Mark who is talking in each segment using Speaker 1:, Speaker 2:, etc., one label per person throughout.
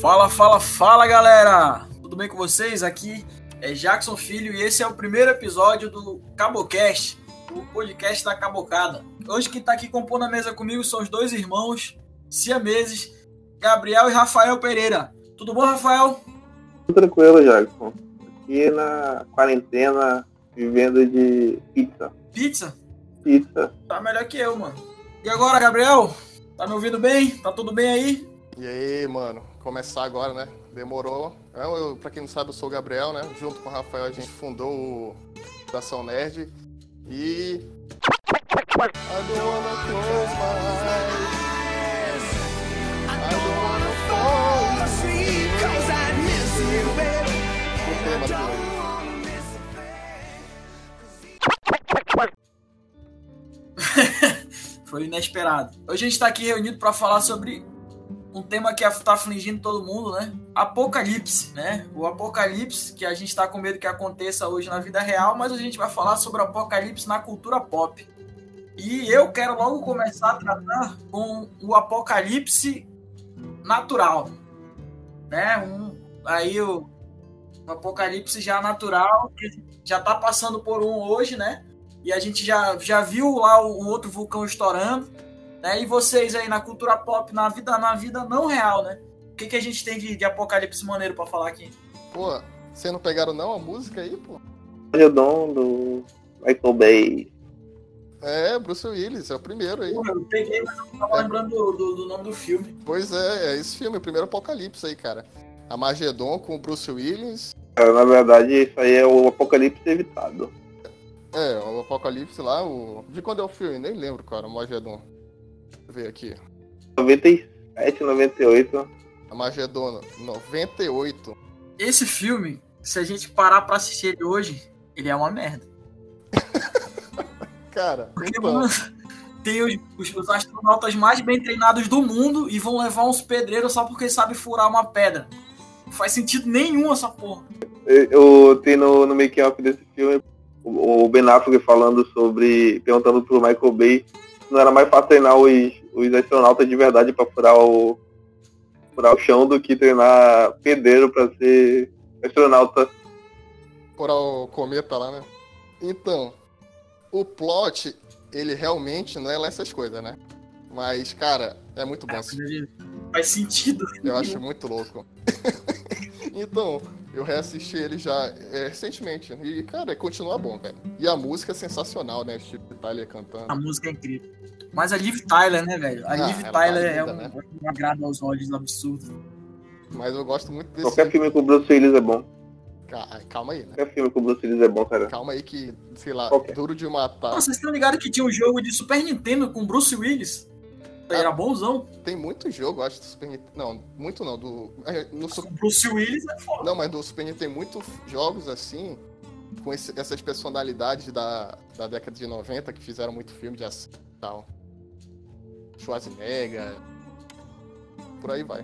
Speaker 1: Fala, fala, fala galera! Tudo bem com vocês? Aqui é Jackson Filho e esse é o primeiro episódio do Cabocast, o podcast da Cabocada. Hoje quem tá aqui compondo a mesa comigo são os dois irmãos, siameses, Gabriel e Rafael Pereira. Tudo bom, Rafael?
Speaker 2: Tudo tranquilo, Jackson. Aqui na quarentena, vivendo de pizza.
Speaker 1: Pizza?
Speaker 2: Pizza.
Speaker 1: Tá melhor que eu, mano. E agora, Gabriel? Tá me ouvindo bem? Tá tudo bem aí?
Speaker 3: E aí, mano, começar agora, né? Demorou. Eu, eu, pra quem não sabe, eu sou o Gabriel, né? Junto com o Rafael, a gente fundou o Estação Nerd. E. I don't wanna close my eyes. I don't wanna fall asleep 'cause I miss you, baby. O tema do-
Speaker 1: Foi inesperado. Hoje a gente tá aqui reunido para falar sobre um tema que af- tá afligindo todo mundo, né? Apocalipse, né? O apocalipse que a gente tá com medo que aconteça hoje na vida real, mas a gente vai falar sobre o apocalipse na cultura pop. E eu quero logo começar a tratar com o apocalipse natural, né? Um aí o, o apocalipse já natural que já tá passando por um hoje, né? E a gente já, já viu lá o, o outro vulcão estourando, né? E vocês aí na cultura pop, na vida, na vida não real, né? O que, que a gente tem de, de apocalipse maneiro pra falar aqui?
Speaker 3: Pô, vocês não pegaram não a música aí, pô?
Speaker 2: Olhodon do Michael Bay.
Speaker 3: É, Bruce Willis, é o primeiro aí.
Speaker 1: Porra, eu peguei, mas eu não tava lembrando do, do- do nome do filme.
Speaker 3: Pois é, é esse filme, o primeiro Apocalipse aí, cara. A Magedon com o Bruce Willis.
Speaker 2: Cara, na verdade, isso aí é o apocalipse evitado.
Speaker 3: É, o Apocalipse lá, o. De quando é o filme? Nem lembro, cara, o Magedon. Deixa eu ver aqui.
Speaker 2: 97, 98.
Speaker 3: A Magedon 98.
Speaker 1: Esse filme, se a gente parar pra assistir ele hoje, ele é uma merda.
Speaker 3: Cara,
Speaker 1: Porque,
Speaker 3: então.
Speaker 1: mano, tem os, os- os astronautas mais bem treinados do mundo e vão levar uns pedreiros só porque sabe furar uma pedra. Não faz sentido nenhum essa porra.
Speaker 2: Eu, eu tenho no, no make-up desse filme o, o Ben Affleck falando sobre. perguntando pro Michael Bay se não era mais fácil treinar os, os astronautas de verdade pra furar o. furar o chão do que treinar pedreiro pra ser astronauta.
Speaker 3: Por o cometa lá, né? Então, o plot, ele realmente não é lá essas coisas, né? Mas, cara, é muito bom esse
Speaker 1: Faz sentido.
Speaker 3: Eu acho muito louco. então, eu reassisti ele já é, recentemente. E, cara, continua bom, velho. E a música é sensacional, né? Chip Tyler
Speaker 1: A
Speaker 3: cantando.
Speaker 1: música é incrível. Mas a Liv Tyler, né, velho? A
Speaker 3: Ah,
Speaker 1: Liv
Speaker 3: ela tá
Speaker 1: Tyler é
Speaker 3: linda,
Speaker 1: um,
Speaker 3: né? Ah.
Speaker 1: um agrado aos olhos absurdo.
Speaker 3: Mas eu gosto muito desse.
Speaker 2: Qualquer filme com o Bruce Willis é bom.
Speaker 3: Ca- Calma aí, né?
Speaker 2: Qualquer filme com o Bruce Willis é bom, cara.
Speaker 3: Calma aí que, sei lá,
Speaker 2: Ok.
Speaker 3: duro de matar.
Speaker 1: Nossa, vocês estão ligados que tinha um jogo de Super Nintendo com Bruce Willis?
Speaker 3: Ah.
Speaker 1: Era bonzão.
Speaker 3: Tem muito jogo, eu acho, do Super Nintendo. Não, muito não. Do... é, No Super...
Speaker 1: Bruce Willis é foda.
Speaker 3: Não, mas do Super Nintendo tem muitos jogos assim, com esse- essas personalidades da, da década de 90 que fizeram muito filme de ação e tal. Schwarzenegger. Por aí vai.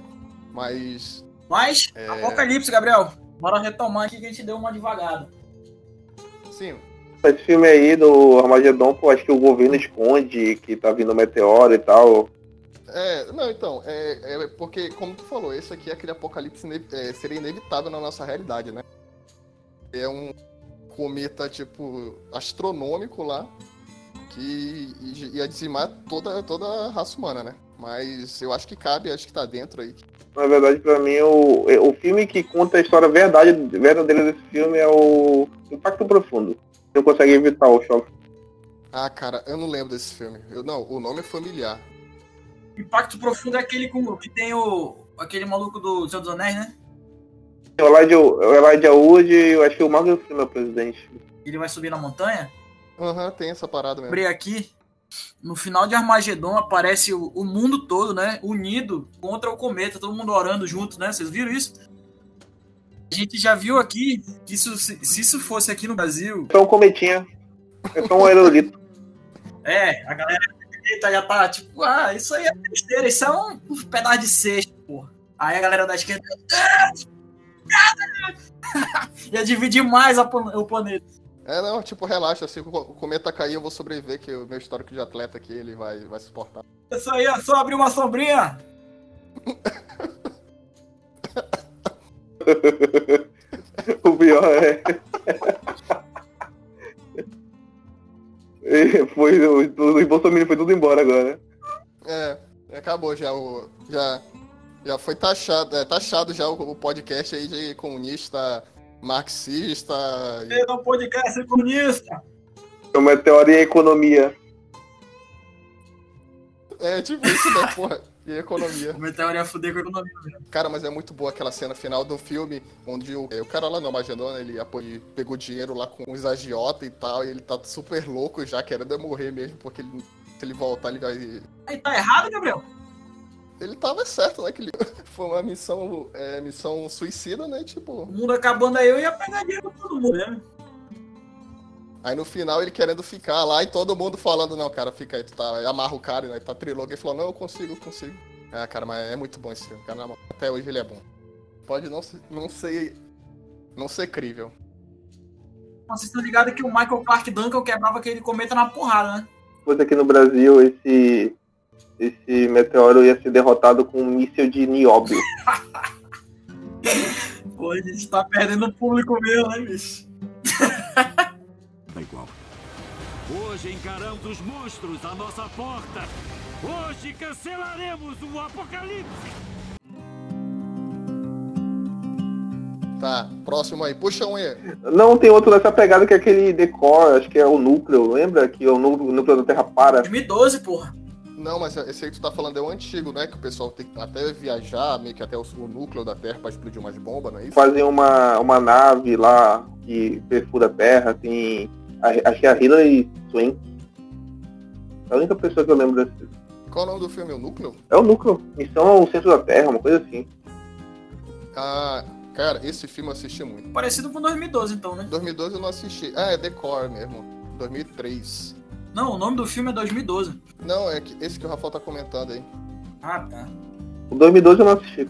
Speaker 3: Mas.
Speaker 1: Mas,
Speaker 3: É.
Speaker 1: Apocalipse, Gabriel. Bora retomar aqui que a gente deu uma devagada.
Speaker 3: Sim,
Speaker 2: Esse filme aí do Armagedon, pô, acho que o governo esconde que tá vindo um meteoro e tal.
Speaker 3: É, não, então, é, é porque, como tu falou, esse aqui é aquele apocalipse ine- é, seria inevitável na nossa realidade, né? É um cometa, tipo, astronômico lá, que i- ia dizimar toda, toda a raça humana, né? Mas eu acho que cabe, acho que tá dentro aí.
Speaker 2: Na verdade, pra mim, o, o filme que conta a história verdade, verdadeira desse filme é o Impacto Profundo. Não consegue evitar o choque.
Speaker 3: Ah, cara, eu não lembro desse filme. Eu, não, o nome é familiar.
Speaker 1: Impacto Profundo é aquele com, que tem o. aquele maluco do Senhor dos Anéis, né?
Speaker 2: O Elijah, o Elijah Wood, eu acho que o Morgan Freeman é o presidente.
Speaker 1: Ele vai subir na montanha.
Speaker 3: Aham, tem essa parada mesmo.
Speaker 1: lembrei aqui, no final de Armagedon aparece o, o mundo todo, né? Unido contra o cometa, todo mundo orando junto, né? Vocês viram isso? A gente já viu aqui que isso, se, se isso fosse aqui no Brasil,
Speaker 2: É só um cometinha. É só um aerolito.
Speaker 1: é, a galera direita já tá tipo, ah, isso aí é besteira, isso é um, um pedaço de cesto, porra. Aí a galera da esquerda. "Ah, Ia dividir mais a plan- o planeta.
Speaker 3: É, não, tipo, relaxa, se o co- o cometa cair, eu vou sobreviver, que o meu histórico de atleta aqui, ele vai, vai suportar.
Speaker 1: Isso aí, é só abrir uma sombrinha.
Speaker 2: o pior é. E foi, o- tudo- os bolsominions foi tudo embora agora, né?
Speaker 3: É, acabou já o. Já, já foi taxado, é, taxado já o, o podcast aí de comunista, marxista. e-
Speaker 1: Ele não pode querer ser comunista.
Speaker 2: É uma teoria em economia.
Speaker 3: É tipo isso, né, porra? E economia.
Speaker 1: O meteoro ia fuder com a economia. velho.
Speaker 3: Cara, mas é muito boa aquela cena final do filme, onde o, é, o cara lá não Magenona, ele apo- ele pegou dinheiro lá com os agiota e tal, e ele tá super louco já, querendo é morrer mesmo, porque ele- se ele voltar, ele vai.
Speaker 1: Aí tá errado, Gabriel?
Speaker 3: Ele tava certo, né? Que ele foi uma missão, é, missão suicida, né? Tipo,
Speaker 1: O mundo acabando aí, eu ia pegar dinheiro pra todo mundo, né?
Speaker 3: Aí no final ele querendo ficar lá e todo mundo falando, não, cara, fica aí, tu tá, aí amarra o cara, né? Tá trilogo. Ele falou, não, eu consigo, eu consigo. Ah, cara, mas é muito bom esse filme, cara. na moral, Até hoje ele é bom. Pode não, se- não ser. Não ser crível.
Speaker 1: Mas vocês estão ligados que o Michael Clark Duncan quebrava aquele cometa na porrada, né?
Speaker 2: fosse aqui no Brasil, esse, esse meteoro ia ser derrotado com um míssil de nióbio.
Speaker 1: Pô, a gente tá perdendo o público mesmo, né, bicho?
Speaker 4: Hoje encaramos os monstros à nossa porta. Hoje cancelaremos o apocalipse.
Speaker 3: Tá, próximo aí. Puxa um aí.
Speaker 2: Não, tem outro nessa pegada que é aquele decor, acho que é o núcleo, lembra? Que é o nú- o núcleo da Terra para.
Speaker 1: 2012, porra.
Speaker 3: Não, mas esse aí que tu tá falando é o antigo, né? Que o pessoal tem que até viajar, meio que até o, o núcleo da Terra pra explodir umas bombas, não é isso?
Speaker 2: Fazem uma, uma nave lá que perfura a Terra, tem. a- Acho que é a Hillary Swank. É a única pessoa que eu lembro desse.
Speaker 3: Qual o nome do filme? O núcleo?
Speaker 2: É o núcleo. Missão ao centro da Terra, uma coisa assim.
Speaker 3: Ah, cara, esse filme eu assisti muito.
Speaker 1: Parecido com 2012, então, né?
Speaker 3: 2012 eu não assisti. Ah, é Decor mesmo. 2003.
Speaker 1: Não, o nome do filme é 2012.
Speaker 3: Não, é que- esse que o Rafael tá comentando aí.
Speaker 1: Ah, tá.
Speaker 2: O 2012 eu não assisti.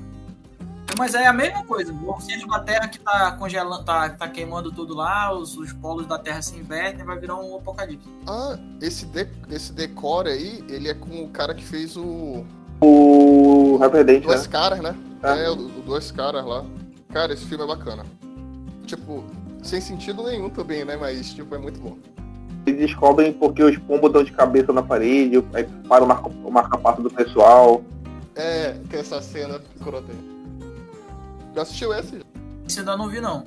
Speaker 1: Mas é a mesma coisa. O centro da Terra que tá congelando, tá, tá queimando tudo lá, os, os polos da Terra se invertem, vai virar um apocalipse.
Speaker 3: Ah, esse, de, esse Decor aí, ele é com o cara que fez o.
Speaker 2: O Reverend, né?
Speaker 3: Duas Caras, né?
Speaker 2: Ah.
Speaker 3: É, o, o Duas Caras lá. Cara, esse filme é bacana. Tipo, sem sentido nenhum também, né? Mas, tipo, é muito bom.
Speaker 2: Eles descobrem porque os pombos dão de cabeça na parede, aí para o marca- o marca-passo do pessoal.
Speaker 3: É, que essa cena crota aí. Já assistiu esse?
Speaker 1: Isso eu ainda não vi, não.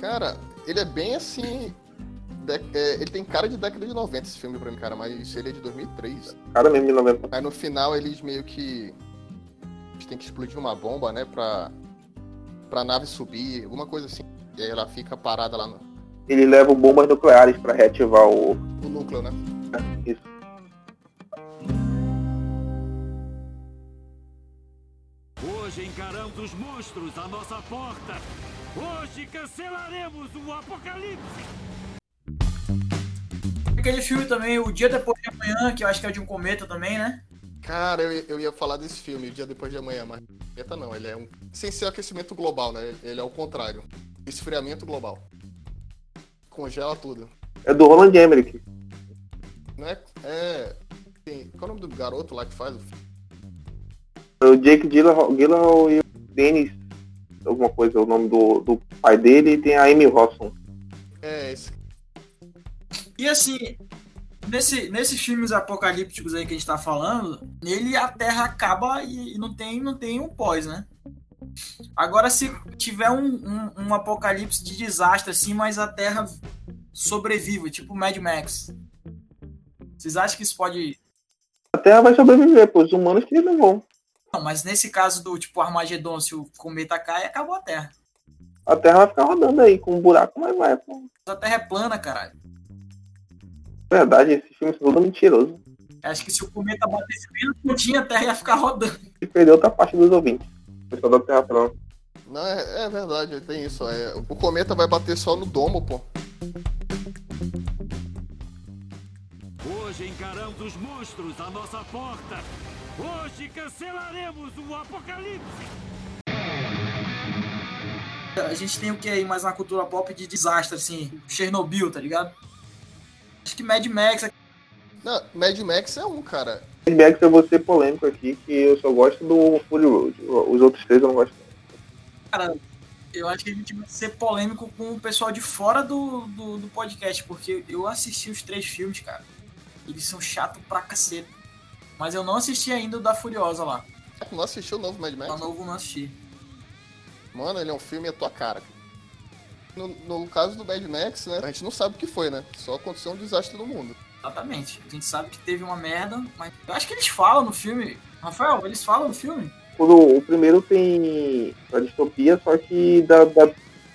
Speaker 3: Cara, ele é bem assim. de- é, ele tem cara de década de 90 esse filme pra mim, cara, mas ele é de 2003.
Speaker 2: Cara mesmo de 90.
Speaker 3: Aí no final eles meio que. Eles têm que explodir uma bomba, né? Pra. Pra nave subir, alguma coisa assim. E aí ela fica parada lá no,
Speaker 2: Ele leva bombas nucleares para reativar o.
Speaker 3: no núcleo, né?
Speaker 2: Isso.
Speaker 4: Hoje encaramos os monstros à nossa porta. Hoje cancelaremos o apocalipse.
Speaker 1: Aquele filme também, O Dia Depois de Amanhã, que eu acho que é de um cometa também, né?
Speaker 3: Cara, eu, eu ia falar desse filme o dia depois de amanhã, mas. Eita, não, ele é um. Sem ser aquecimento global, né? Ele é o contrário. Esfriamento global. Congela tudo.
Speaker 2: É do Roland Emmerich.
Speaker 3: Não é. É. tem- qual é o nome do garoto lá que faz o filme?
Speaker 2: É O Jake Gyllenhaal Gyllenhaal e o Dennis, alguma coisa, o nome do, do pai dele, e tem a Amy Rosson.
Speaker 3: É, esse.
Speaker 1: E assim, nesse, nesses filmes apocalípticos aí que a gente tá falando, nele a Terra acaba e, e não, tem, não tem um pós, né? Agora, se tiver um, um, um apocalipse de desastre assim, mas a Terra sobrevive, tipo Mad Max. Vocês acham que isso pode
Speaker 2: A Terra vai sobreviver, pô. Os humanos que não vão.
Speaker 1: Não, mas nesse caso do tipo Armagedon, se o cometa cai, acabou a Terra.
Speaker 2: A Terra vai ficar rodando aí com um buraco, mas vai, pô.
Speaker 1: A Terra é plana, caralho.
Speaker 2: Verdade, esse filme é todo mentiroso.
Speaker 1: Acho que se o cometa batesse bem na pontinha, a Terra ia ficar rodando.
Speaker 2: E perdeu outra parte dos ouvintes. O pessoal da Terra plana.
Speaker 3: Não, é, é verdade, tem isso. É, o cometa vai bater só no domo, pô.
Speaker 4: Hoje encaramos os monstros à nossa porta. Hoje cancelaremos o apocalipse.
Speaker 1: A gente tem o que aí mais na cultura pop de desastre, assim, Chernobyl, tá ligado? Acho que Mad Max,
Speaker 3: Não, Mad Max é um, cara.
Speaker 2: feedback pra você polêmico aqui, que eu só gosto do Fury Road. Os outros três eu não gosto.
Speaker 1: Cara, eu acho que a gente vai ser polêmico com o pessoal de fora do, do, do podcast, porque eu assisti os três filmes, cara. Eles são chatos pra caceta. Mas eu não assisti ainda o da Furiosa lá.
Speaker 3: Não assistiu o novo Mad Max?
Speaker 1: Tá novo, não assisti.
Speaker 3: Mano, ele é um filme à tua cara. No, no caso do Mad Max, né? A gente não sabe o que foi, né? Só aconteceu um desastre no mundo.
Speaker 1: Exatamente. A gente sabe que teve uma merda, mas eu acho que eles falam no filme. Rafael, eles falam no filme?
Speaker 2: O, o primeiro tem a distopia, só que da, da-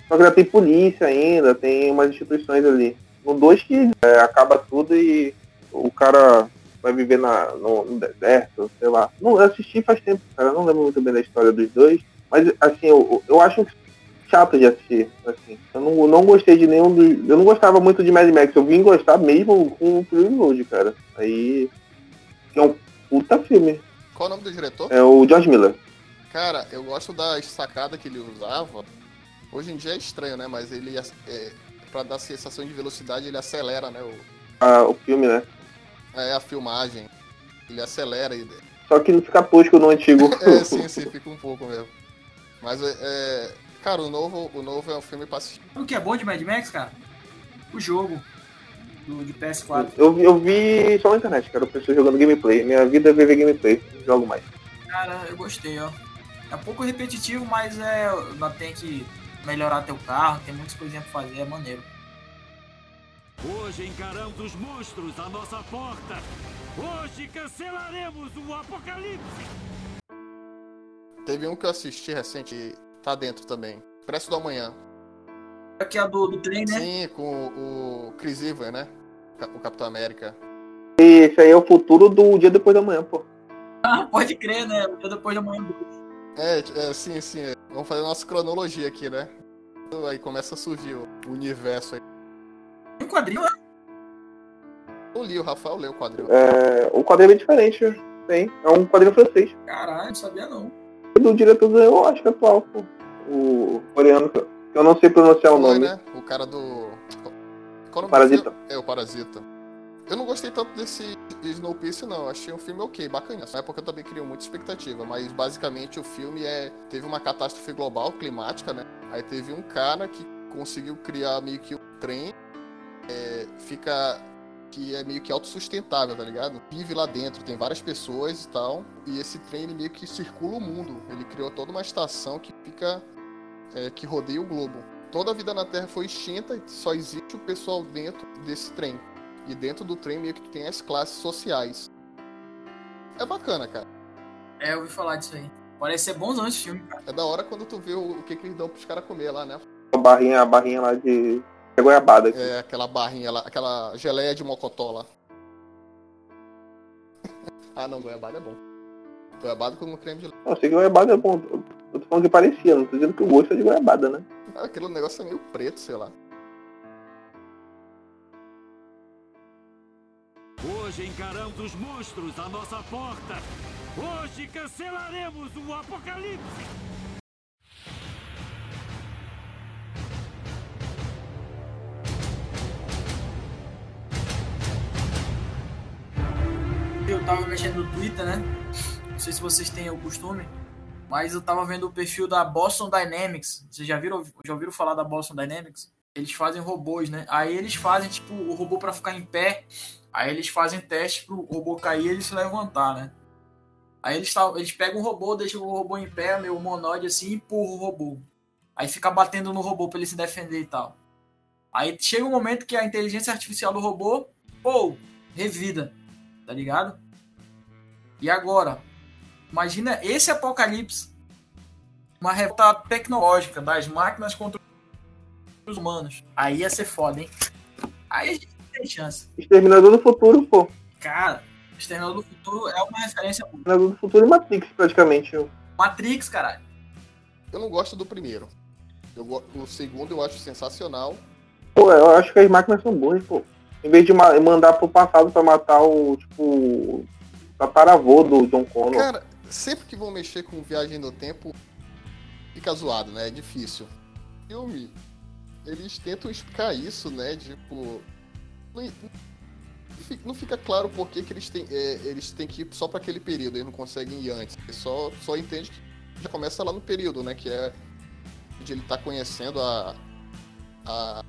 Speaker 2: só que já tem polícia ainda, tem umas instituições ali. No dois que é, acaba tudo e o cara vai viver na, no, no deserto, sei lá. Não, eu assisti faz tempo, cara, eu não lembro muito bem da história dos dois, mas assim, eu, eu acho chato de assistir, assim. Eu não, eu não gostei de nenhum dos. Eu não gostava muito de Mad Max, eu vim gostar mesmo com o Prelude, cara. Aí. que É um puta filme.
Speaker 3: Qual o nome do diretor?
Speaker 2: É o George Miller.
Speaker 3: Cara, eu gosto da sacada que ele usava. Hoje em dia é estranho, né? Mas ele, ac- é, pra dar sensação de velocidade, ele acelera, né? O,
Speaker 2: Ah, o filme, né?
Speaker 3: é a filmagem. Ele acelera e
Speaker 2: Só que não fica tosco no antigo.
Speaker 3: É, sim, sim, fica um pouco mesmo. Mas é, é. Cara, o novo, o novo é um filme pra assistir.
Speaker 1: Sabe o que é bom de Mad Max, cara? O jogo do, de PS4.
Speaker 2: eu, eu vi só na internet, cara, o pessoal jogando gameplay. Minha vida é ver gameplay, não jogo mais.
Speaker 1: Cara, eu gostei, ó. É um pouco repetitivo, mas é. Ainda tem que melhorar teu carro, tem muitas coisinhas pra fazer, é maneiro.
Speaker 4: Hoje encaramos os monstros à nossa porta. Hoje cancelaremos o apocalipse.
Speaker 3: Teve um que eu assisti recente, e tá dentro também. Preço do Amanhã.
Speaker 1: Aqui a do, do trem, né?
Speaker 3: Sim, com o Chris Evans, né? Ca- O Capitão América.
Speaker 2: E esse aí é o futuro do dia depois da manhã, pô.
Speaker 1: Ah, pode crer, né? Eu depois da manhã.
Speaker 3: É, é, sim, sim. é. Vamos fazer a nossa cronologia aqui, né? Aí começa a surgir o universo aí.
Speaker 1: Tem um quadrinho, né?
Speaker 3: Eu li, o Rafael leu o quadril.
Speaker 2: É, o quadrinho é bem diferente, tem. É um quadrinho francês.
Speaker 1: Caralho, não sabia não.
Speaker 2: Do diretor do eu acho que é atual, pô. O coreano, que eu- que eu não sei pronunciar o
Speaker 3: Foi,
Speaker 2: nome.
Speaker 3: né? O cara do. Qual o nome do
Speaker 2: Parasita.
Speaker 3: filme? É, o Parasita. Eu não gostei tanto desse Snowpiercer, não. Achei um filme ok, bacana. Na época eu também criei muita expectativa, mas basicamente o filme é... Teve uma catástrofe global, climática, né? Aí teve um cara que conseguiu criar meio que um trem. é, fica... Que é meio que autossustentável, tá ligado? Vive lá dentro, tem várias pessoas e tal. E esse trem, ele meio que circula o mundo. Ele criou toda uma estação que fica... é, que rodeia o globo toda a vida na Terra foi extinta e só existe o pessoal dentro desse trem. E dentro do trem meio que tem as classes sociais. É bacana, cara.
Speaker 1: É, eu ouvi falar disso aí. Parece ser bons antes filme, cara.
Speaker 3: É da hora quando tu vê o, o que, que eles dão pros caras comer lá, né?
Speaker 2: A barrinha, a barrinha lá de. É goiabada aqui.
Speaker 3: É aquela barrinha lá, aquela geleia de mocotó lá. ah não, goiabada é bom. Goiabada com creme de leite.
Speaker 2: Não, eu sei que goiabada é bom. Eu eu tô falando que parecia, não tô dizendo que o gosto é de goiabada, né?
Speaker 3: Ah, Aquele negócio é meio preto, sei lá.
Speaker 4: Hoje encaramos os monstros à nossa porta. Hoje cancelaremos o apocalipse.
Speaker 1: Eu tava mexendo no Twitter, né? Não sei se vocês têm o costume, mas eu tava vendo o perfil da Boston Dynamics. Vocês já viram, já ouviram falar da Boston Dynamics? Eles fazem robôs, né? Aí eles fazem, tipo, o robô pra ficar em pé. Aí eles fazem teste pro robô cair e ele se levantar, né? Aí eles, tavam- eles pegam o robô, deixam o robô em pé, meio monóide assim, e empurram o robô. Aí fica batendo no robô pra ele se defender e tal. Aí chega um momento que a inteligência artificial do robô, pô, revida, tá ligado? E agora? Imagina esse apocalipse. Uma revolta tecnológica das máquinas contra os humanos. Aí ia ser foda, hein? Aí a gente tem chance.
Speaker 2: Exterminador do Futuro, pô.
Speaker 1: Cara, Exterminador do Futuro é uma referência.
Speaker 2: Exterminador do Futuro e Matrix, praticamente.
Speaker 1: Matrix, caralho.
Speaker 3: Eu não gosto do primeiro. Eu go- o segundo eu acho sensacional.
Speaker 2: Pô, eu acho que as máquinas são boas, pô. Em vez de ma- mandar pro passado pra matar o, tipo, o tataravô do John Connor.
Speaker 3: Cara, sempre que vão mexer com viagem no tempo, fica zoado, né? É difícil. Filme, eles tentam explicar isso, né? Tipo. Não, fi- não fica claro por que, que eles, têm, é, eles têm que ir só pra aquele período, eles não conseguem ir antes. Eles só, só entende que já começa lá no período, né? Que é onde ele tá conhecendo a. a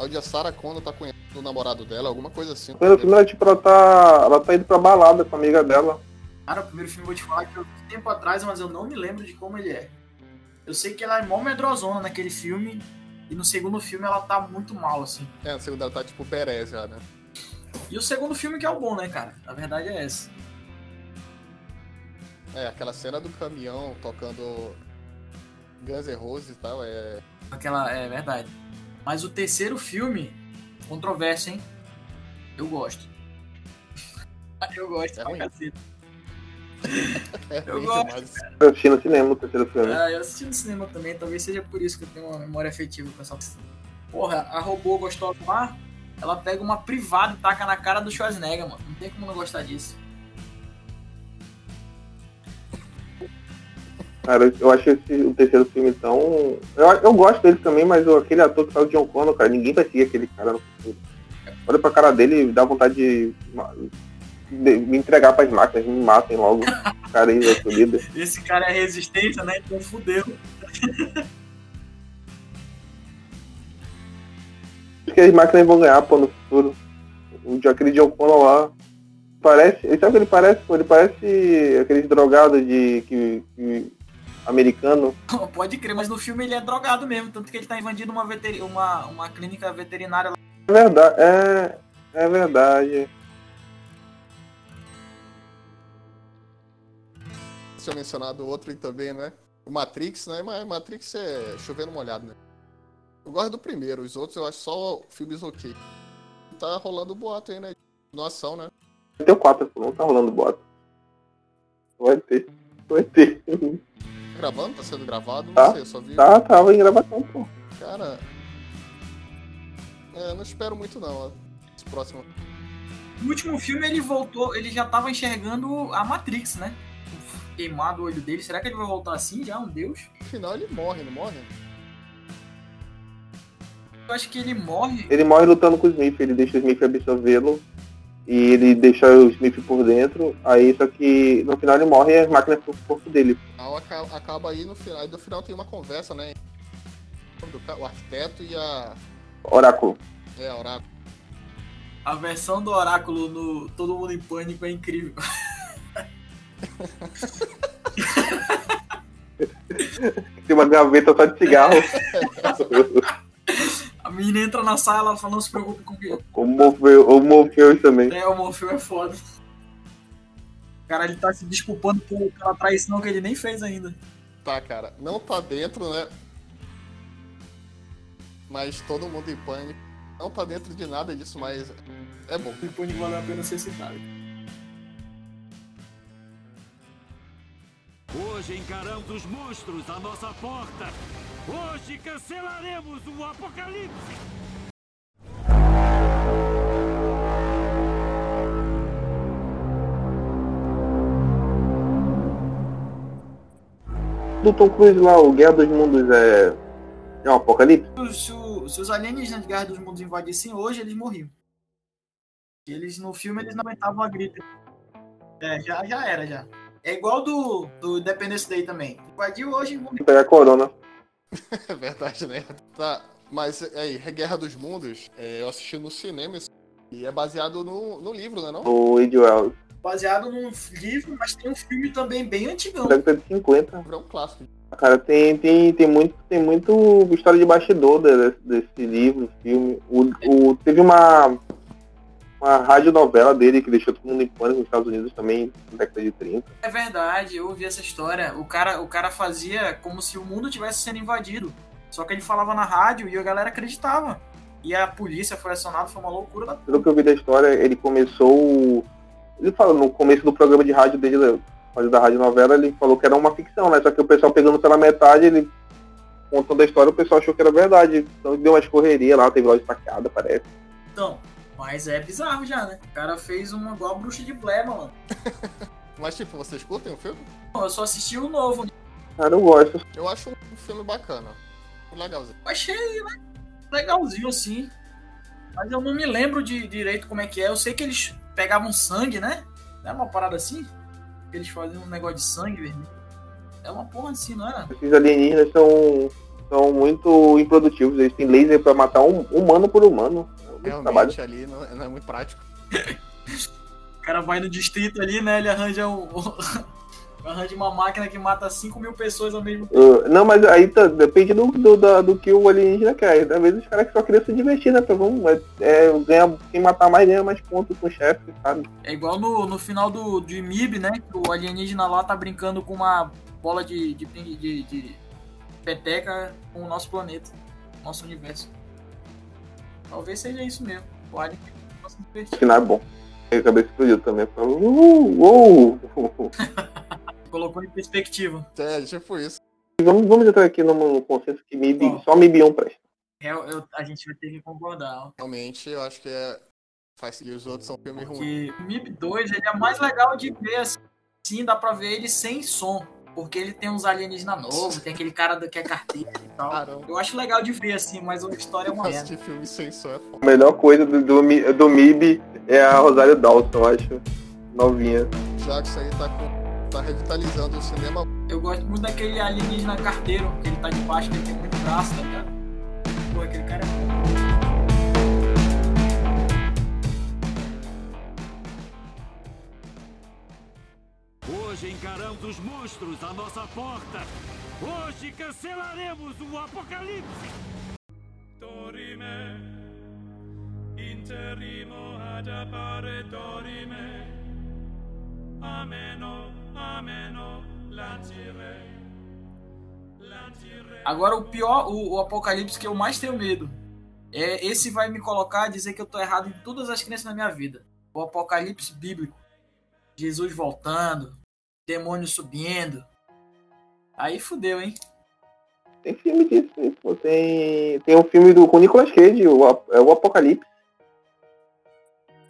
Speaker 3: onde a Sarah Connor tá conhecendo o namorado dela, alguma coisa assim.
Speaker 2: No primeiro filme, ela, tipo, ela tá, ela tá indo pra balada com a amiga dela.
Speaker 1: Cara, o primeiro filme eu vou te falar que eu vi um tempo atrás, mas eu não me lembro de como ele é. Eu sei que ela é mó medrosona naquele filme, e no segundo filme ela tá muito mal, assim.
Speaker 3: É, a segunda ela tá tipo Perez já, né?
Speaker 1: E o segundo filme que é o bom, né, cara? A verdade é essa.
Speaker 3: É, aquela cena do caminhão tocando Guns N' Roses e tal, é.
Speaker 1: Aquela, é verdade. Mas o terceiro filme, controverso, hein? Eu gosto. Eu gosto,
Speaker 3: É
Speaker 1: pra
Speaker 3: ruim.
Speaker 1: caceta.
Speaker 3: é
Speaker 1: Eu
Speaker 3: ruim
Speaker 1: gosto,
Speaker 3: demais.
Speaker 2: Eu assisti no cinema o terceiro filme.
Speaker 1: Ah, eu assisti no cinema também, talvez seja por isso que eu tenho uma memória afetiva com essa pessoa. Porra, a robô gostosa lá, ela pega uma privada e taca na cara do Schwarzenegger, mano. Não tem como não gostar disso.
Speaker 2: Cara, eu- eu acho esse, o terceiro filme tão. Eu, eu gosto dele também, mas o- aquele ator que faz o John Connor, cara, ninguém vai seguir aquele cara no futuro. Olha pra cara dele e dá vontade de, ma- de me entregar pras máquinas, me matem logo. O cara aí vai ser o líder.
Speaker 1: Esse cara é resistência, né? Então fudeu.
Speaker 2: Acho que as máquinas vão ganhar, pô, no futuro. O, aquele John Connor lá. Parece. Sabe o que ele parece? Pô? Ele parece aqueles drogados de. que- que americano.
Speaker 1: Pode crer, mas no filme ele é drogado mesmo, tanto que ele tá invadindo uma, veteri- uma, uma clínica veterinária lá.
Speaker 2: É verdade, é, é verdade.
Speaker 3: Tinha mencionado outro aí também, né? O Matrix, né? Mas Matrix é chovendo molhado, né? Eu gosto do primeiro, os outros eu acho só filmes ok. Tá rolando boato aí, né? Noção, né?
Speaker 2: Tem o 4, pô, não tá rolando bota. Vai ter, vai ter.
Speaker 3: Gravando? Tá sendo gravado? Não
Speaker 2: Tá,
Speaker 3: sei, eu só vi.
Speaker 2: Tá, tava em gravação, pô.
Speaker 3: Cara. É, não espero muito não, ó. Esse próximo.
Speaker 1: No último filme ele voltou, ele já tava enxergando a Matrix, né? Queimado o olho dele. Será que ele vai voltar assim já? Um deus?
Speaker 3: No final ele morre, não morre?
Speaker 1: Eu acho que ele morre.
Speaker 2: Ele morre lutando com o Smith, ele deixa o Smith absorvê-lo. E ele deixa o Smith por dentro. Aí só que no final ele morre e as máquinas ficam com o corpo dele.
Speaker 3: Ao aca- acaba aí no final. Aí no final tem uma conversa, né? Do ca- O arquiteto e a.
Speaker 2: Oráculo.
Speaker 3: É, a Oráculo.
Speaker 1: A versão do Oráculo no Todo Mundo em Pânico é incrível.
Speaker 2: Tem uma gaveta só de cigarro.
Speaker 1: A menina entra na sala, ela fala, não se preocupe com o que
Speaker 2: Como Morpheus, o Morpheus também.
Speaker 1: É, o Morfeu é foda. Cara, ele tá se desculpando por- pela traição que ele nem fez ainda.
Speaker 3: Tá, cara. Não tá dentro, né? Mas todo mundo em pânico. Não tá dentro de nada disso, mas é bom.
Speaker 1: O Pânico valeu a pena ser citado.
Speaker 4: Hoje encaramos os monstros à nossa porta. Hoje cancelaremos o apocalipse.
Speaker 2: Do Tom Cruise lá, o Guerra dos Mundos é. É um apocalipse?
Speaker 1: Se, o- se os alienígenas de Guerra dos Mundos invadissem hoje, eles morriam. Eles, no filme, eles não aguentavam a grita. É, já, já era, já. É igual do, do Independence Day também. Invadiu hoje e morreu.
Speaker 2: Vou pegar corona.
Speaker 3: É verdade, né? Tá, mas é aí, Guerra dos Mundos, é, eu assisti no cinema esse- e é baseado no, no livro, né não?
Speaker 2: O Wade Wells.
Speaker 1: Baseado num livro, mas tem um filme também bem antigão.
Speaker 2: Década de 50.
Speaker 3: O livro é um clássico.
Speaker 2: Cara, tem, tem, tem, muito, tem muito história de bastidor de- desse, livro, filme. O, o- teve uma, uma radionovela dele que deixou todo mundo em pânico nos Estados Unidos também, na década de 30.
Speaker 1: É verdade, eu ouvi essa história. O cara, o cara fazia como se o mundo tivesse sendo invadido. Só que ele falava na rádio e a galera acreditava. E a polícia foi acionada, foi uma loucura da
Speaker 2: Pelo que eu vi da história, ele começou. Ele fala, no começo do programa de rádio dele, fazer da radionovela, ele falou que era uma ficção, né? Só que o pessoal pegando pela metade, ele contando a história, o pessoal achou que era verdade. Então deu uma escorreria lá, teve loja saqueada, parece.
Speaker 1: Então, mas é bizarro já, né? O cara fez uma igual a bruxa de Blair, mano.
Speaker 3: Mas tipo, vocês curtem o filme?
Speaker 1: Não, Eu só assisti o novo.
Speaker 2: Cara, eu Ah, gosto.
Speaker 3: Eu acho um filme bacana. Legalzinho.
Speaker 1: Eu Achei né, legalzinho assim. Mas eu não me lembro de direito como é que é. Eu sei que eles pegavam sangue, né? Não era uma parada assim? Eles faziam um negócio de sangue vermelho. É uma É porra assim, não era?
Speaker 2: Esses alienígenas são são muito improdutivos. Eles têm laser pra matar um humano por humano. É muito trabalho.
Speaker 3: Realmente ali não, não é muito prático.
Speaker 1: O cara vai no distrito ali, né? Ele arranja um. arranja uma máquina que mata 5 mil pessoas ao mesmo tempo.
Speaker 2: Uh, não, mas aí tá- depende do, do, da- do que o alienígena quer. Às vezes os caras que só queriam se divertir, né? Pra, vamos, é, é, ganha, quem matar mais ganha mais pontos com o chefe, sabe?
Speaker 1: É igual no, no final do, de MIB, né? Que o alienígena lá tá brincando com uma bola de, de, ping- de, de peteca com o nosso planeta, nosso universo. Talvez seja isso mesmo. O alien possa se
Speaker 2: O
Speaker 1: divertir.
Speaker 2: final é bom. Aí a cabeça explodiu também. Eu falo, uh, uh.
Speaker 1: Colocou em perspectiva.
Speaker 3: É, tipo isso.
Speaker 2: Vamos, vamos entrar aqui num, num consenso que MIB,
Speaker 1: Bom.
Speaker 2: só MIB 1 presta.
Speaker 1: É, eu- a gente vai ter que concordar. ó.
Speaker 3: Realmente, eu acho que é. Faz e os outros são
Speaker 1: É
Speaker 3: filmes ruins.
Speaker 1: Porque o MIB 2 ele é mais legal de ver assim. Sim, dá pra ver ele sem som. Porque ele tem uns alienígenas novos, tem aquele cara do que é carteiro e tal.
Speaker 3: Caramba,
Speaker 1: Eu acho legal de ver assim, mas a história é uma merda.
Speaker 3: assistir filme sem som é foda.
Speaker 2: A melhor coisa do, do, Mi- do MIB é a Rosário Dawson, eu acho. Novinha.
Speaker 3: Já que isso aí tá, com- tá revitalizando o cinema.
Speaker 1: Eu gosto muito daquele alienígena carteiro, que ele tá de baixo, ele tem muito braço, tá ligado? Pô, aquele cara é bom.
Speaker 4: Hoje encaramos os monstros à nossa porta. Hoje cancelaremos o apocalipse. Dorime, interimo ad appare dorime. Ameno, ameno, latire, latire.
Speaker 1: Agora o pior, o, o apocalipse que eu mais tenho medo. É, esse vai me colocar a dizer que eu tô errado em todas as crenças na minha vida. O apocalipse bíblico. Jesus voltando, demônio subindo. Aí fudeu, hein?
Speaker 2: Tem filme disso, hein, pô. Tem, tem um filme do, com o Nicolas Cage, o, Ap- é o Apocalipse.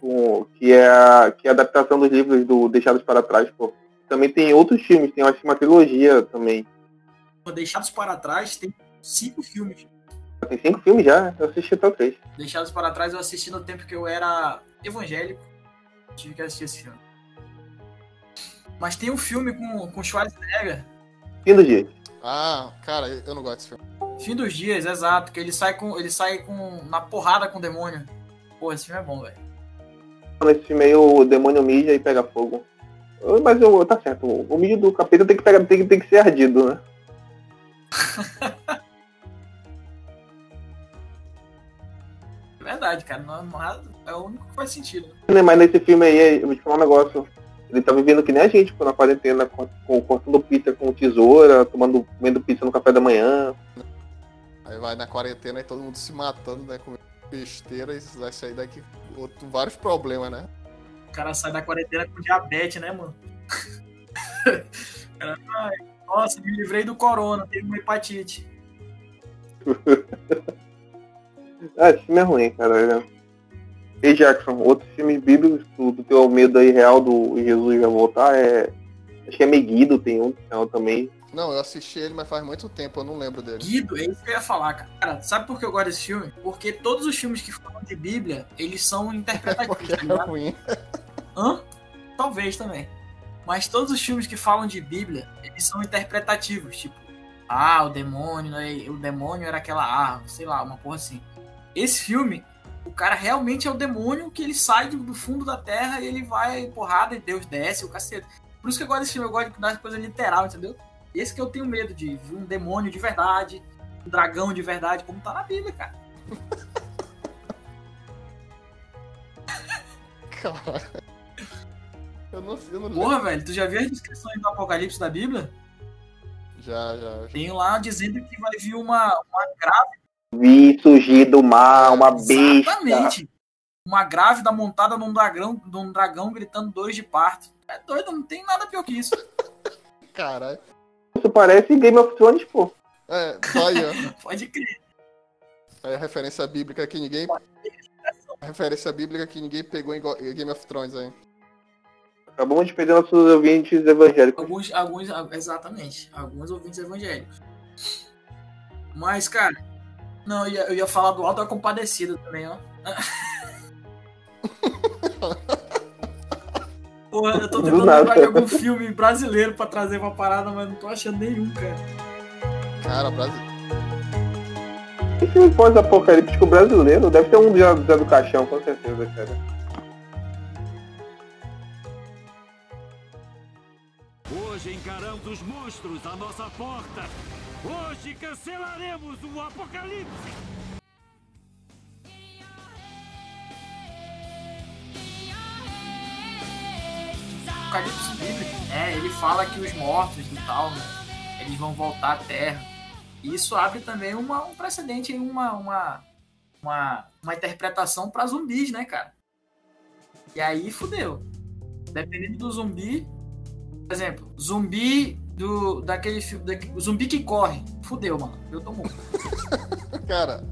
Speaker 2: Com- que, é a, que é a adaptação dos livros do Deixados para Trás, pô. Também tem outros filmes, tem acho, que uma trilogia também.
Speaker 1: Pô, Deixados para trás tem cinco filmes.
Speaker 2: Tem cinco filmes já, né? eu assisti até o três.
Speaker 1: Deixados para trás eu assisti no tempo que eu era evangélico. Tive que assistir esse filme. Mas tem um filme com, com Schwarzenegger,
Speaker 2: Fim do dia.
Speaker 3: Ah, cara, eu não gosto desse filme.
Speaker 1: Fim dos Dias, exato, que ele sai com ele sai com na porrada com o demônio. Pô, esse filme é bom, velho.
Speaker 2: Nesse filme aí o demônio mídia e pega fogo. Eu- Mas eu, tá certo, o, o mídia do capeta tem que, pegar, tem, que- tem que ser ardido, né?
Speaker 1: É Verdade, cara, não, não é- é o único que faz sentido.
Speaker 2: Né, Mas nesse filme aí, eu vou te falar um negócio. Ele tá vivendo que nem a gente, pô, na quarentena, com, com- cortando pizza com tesoura, tomando, comendo pizza no café da manhã.
Speaker 3: Aí vai na quarentena e todo mundo se matando, né? Com besteira e vai sair daqui outro, vários problemas, né?
Speaker 1: O cara sai da quarentena com diabetes, né, mano? O cara, ai, nossa, me livrei do corona, teve uma hepatite.
Speaker 2: Ah, esse filme é ruim, cara. E Jackson, outros filmes bíblicos do, do teu medo aí real do Jesus vai voltar é. Acho que é Meguido, tem um é um também.
Speaker 3: Não, eu assisti ele, mas faz muito tempo, eu não lembro dele.
Speaker 1: Guido, é isso que eu ia falar, cara. cara. Sabe por que eu gosto desse filme? Porque todos os filmes que falam de Bíblia, eles são interpretativos,
Speaker 3: Porque
Speaker 1: tá
Speaker 3: é
Speaker 1: ligado?
Speaker 3: ruim.
Speaker 1: Hã? Talvez também. Mas todos os filmes que falam de Bíblia, eles são interpretativos, tipo, ah, o demônio, né? o demônio era aquela árvore, sei lá, uma porra assim. Esse filme, o cara realmente é o demônio que ele sai do- do fundo da terra e ele vai porrada e Deus desce, o cacete. Por isso que eu gosto desse filme, eu gosto das coisas literal, entendeu? Esse que eu tenho medo de ver um demônio de verdade, um dragão de verdade, como tá na Bíblia, cara.
Speaker 3: Cara. Eu não, eu não lembro.
Speaker 1: Porra, velho, tu já viu as descrições do Apocalipse da Bíblia?
Speaker 3: Já, já, já.
Speaker 1: Tem lá dizendo que vai vir uma, uma grávida.
Speaker 2: Vi surgir do mar, uma besta.
Speaker 1: Exatamente. Uma grávida montada num dragão, num dragão gritando dores de parto. É doido, não tem nada pior que isso.
Speaker 3: Caralho.
Speaker 2: Isso parece Game of Thrones, pô.
Speaker 3: É, tá aí, ó.
Speaker 1: Pode crer.
Speaker 3: Aí É a referência bíblica que ninguém. A referência bíblica que ninguém pegou em Go- em Game of Thrones, hein?
Speaker 2: Acabamos de perder nossos ouvintes evangélicos.
Speaker 1: Alguns, alguns, ah, exatamente. Alguns ouvintes evangélicos. Mas, cara, não, eu ia, eu ia falar do Alto da Compadecida também, ó. Porra, eu tô
Speaker 2: Do
Speaker 1: tentando
Speaker 2: nada.
Speaker 1: lembrar de algum filme brasileiro pra trazer uma parada, mas não tô achando nenhum, cara.
Speaker 3: Cara, Brasil.
Speaker 2: Que filme pós-apocalíptico brasileiro? Deve ter um de Zé do Caixão, com certeza, cara.
Speaker 4: Hoje encaramos os monstros à nossa porta. Hoje cancelaremos o apocalipse.
Speaker 1: Apocalipse bíblico, né? Ele fala que os mortos e tal, né, eles vão voltar à Terra. E isso abre também uma- um precedente, aí, uma, uma, uma, uma interpretação para zumbis, né, cara? E aí fudeu. Dependendo do zumbi, por exemplo, zumbi do daquele filme, daque- o zumbi que corre, fudeu, mano. Eu tô morto.
Speaker 3: Cara,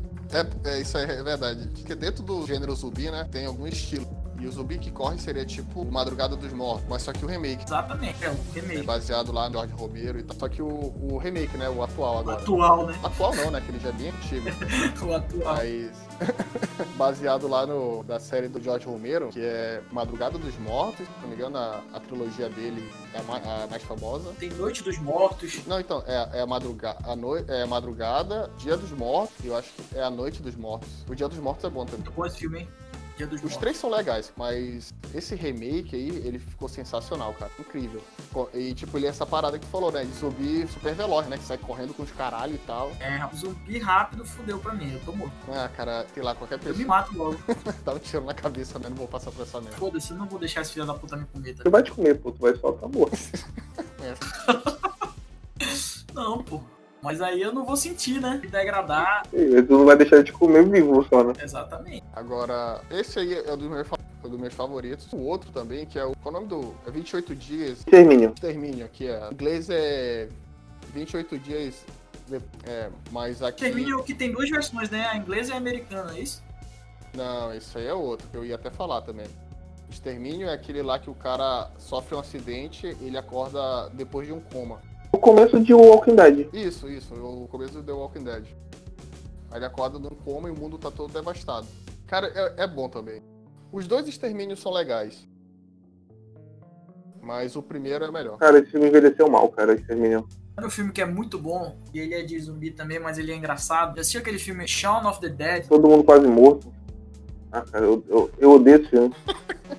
Speaker 3: é, é, isso aí é verdade. Porque dentro do gênero zumbi, né, tem algum estilo. E o zumbi que corre seria tipo Madrugada dos Mortos, mas só que o remake.
Speaker 1: Exatamente, é um
Speaker 3: É
Speaker 1: remake
Speaker 3: baseado lá no Jorge Romero e tal. Só que o, o remake, né, o atual agora.
Speaker 1: atual, né?
Speaker 3: Atual não, né, aquele já é bem antigo.
Speaker 1: O atual.
Speaker 3: Mas baseado lá no da série do George Romero, que é Madrugada dos Mortos, se não me engano, a, a trilogia dele é a, ma- a mais famosa.
Speaker 1: Tem Noite dos Mortos,
Speaker 3: Não, então, é, é, a madruga a noi- é a madrugada, Dia dos Mortos, e eu acho que é a Noite dos Mortos. O Dia dos Mortos é bom também.
Speaker 1: muito bom esse filme, hein? Dia dos
Speaker 3: Os
Speaker 1: Mortos.
Speaker 3: três são legais, mas esse remake aí, ele ficou sensacional, cara. Incrível. Co- E, tipo, ele é essa parada que tu falou, né? De zumbi super veloz, né? Que sai correndo com os caralho e tal.
Speaker 1: É, zumbi rápido fudeu pra mim, eu tô morto.
Speaker 3: Ah, cara, sei lá,
Speaker 1: Eu
Speaker 3: qualquer
Speaker 1: me
Speaker 3: pessoa
Speaker 1: mato logo.
Speaker 3: dá um tiro na cabeça, né? Não vou passar por essa merda.
Speaker 1: Foda-se, eu não vou deixar esse filho da puta me comer, tá
Speaker 2: Tu vai te comer, pô, tu vai só tá morto.
Speaker 1: Não, pô. Mas aí eu não vou sentir, né? Me degradar.
Speaker 2: Ei, Tu não vai deixar de comer vivo só, né?
Speaker 1: Exatamente.
Speaker 3: Agora, esse aí é um dos meus, fa- um dos meus favoritos. O outro também, que é o. Qual é o nome do. É 28 Dias
Speaker 2: Termínio.
Speaker 3: Extermínio, aqui é. Em inglês é. 28 Dias. de- É, mas aqui.
Speaker 1: Termine o que tem duas versões, né? A inglesa e a americana, é isso?
Speaker 3: Não, isso aí é outro, que eu ia até falar também. Extermínio é aquele lá que o cara sofre um acidente ele acorda depois de um coma.
Speaker 2: O começo de Walking Dead.
Speaker 3: Isso, isso, o começo do The Walking Dead. Aí ele acorda num coma e o mundo tá todo devastado. Cara, é, é bom também. Os dois extermínios são legais. Mas o primeiro é melhor.
Speaker 2: Cara, esse filme envelheceu mal, cara, esse Termínio.
Speaker 1: Sabe um filme que é muito bom, e ele é de zumbi também, mas ele é engraçado. Já assistiu aquele filme Shaun of the Dead?
Speaker 2: Todo mundo quase morto. Ah, cara, eu, eu, eu odeio esse filme.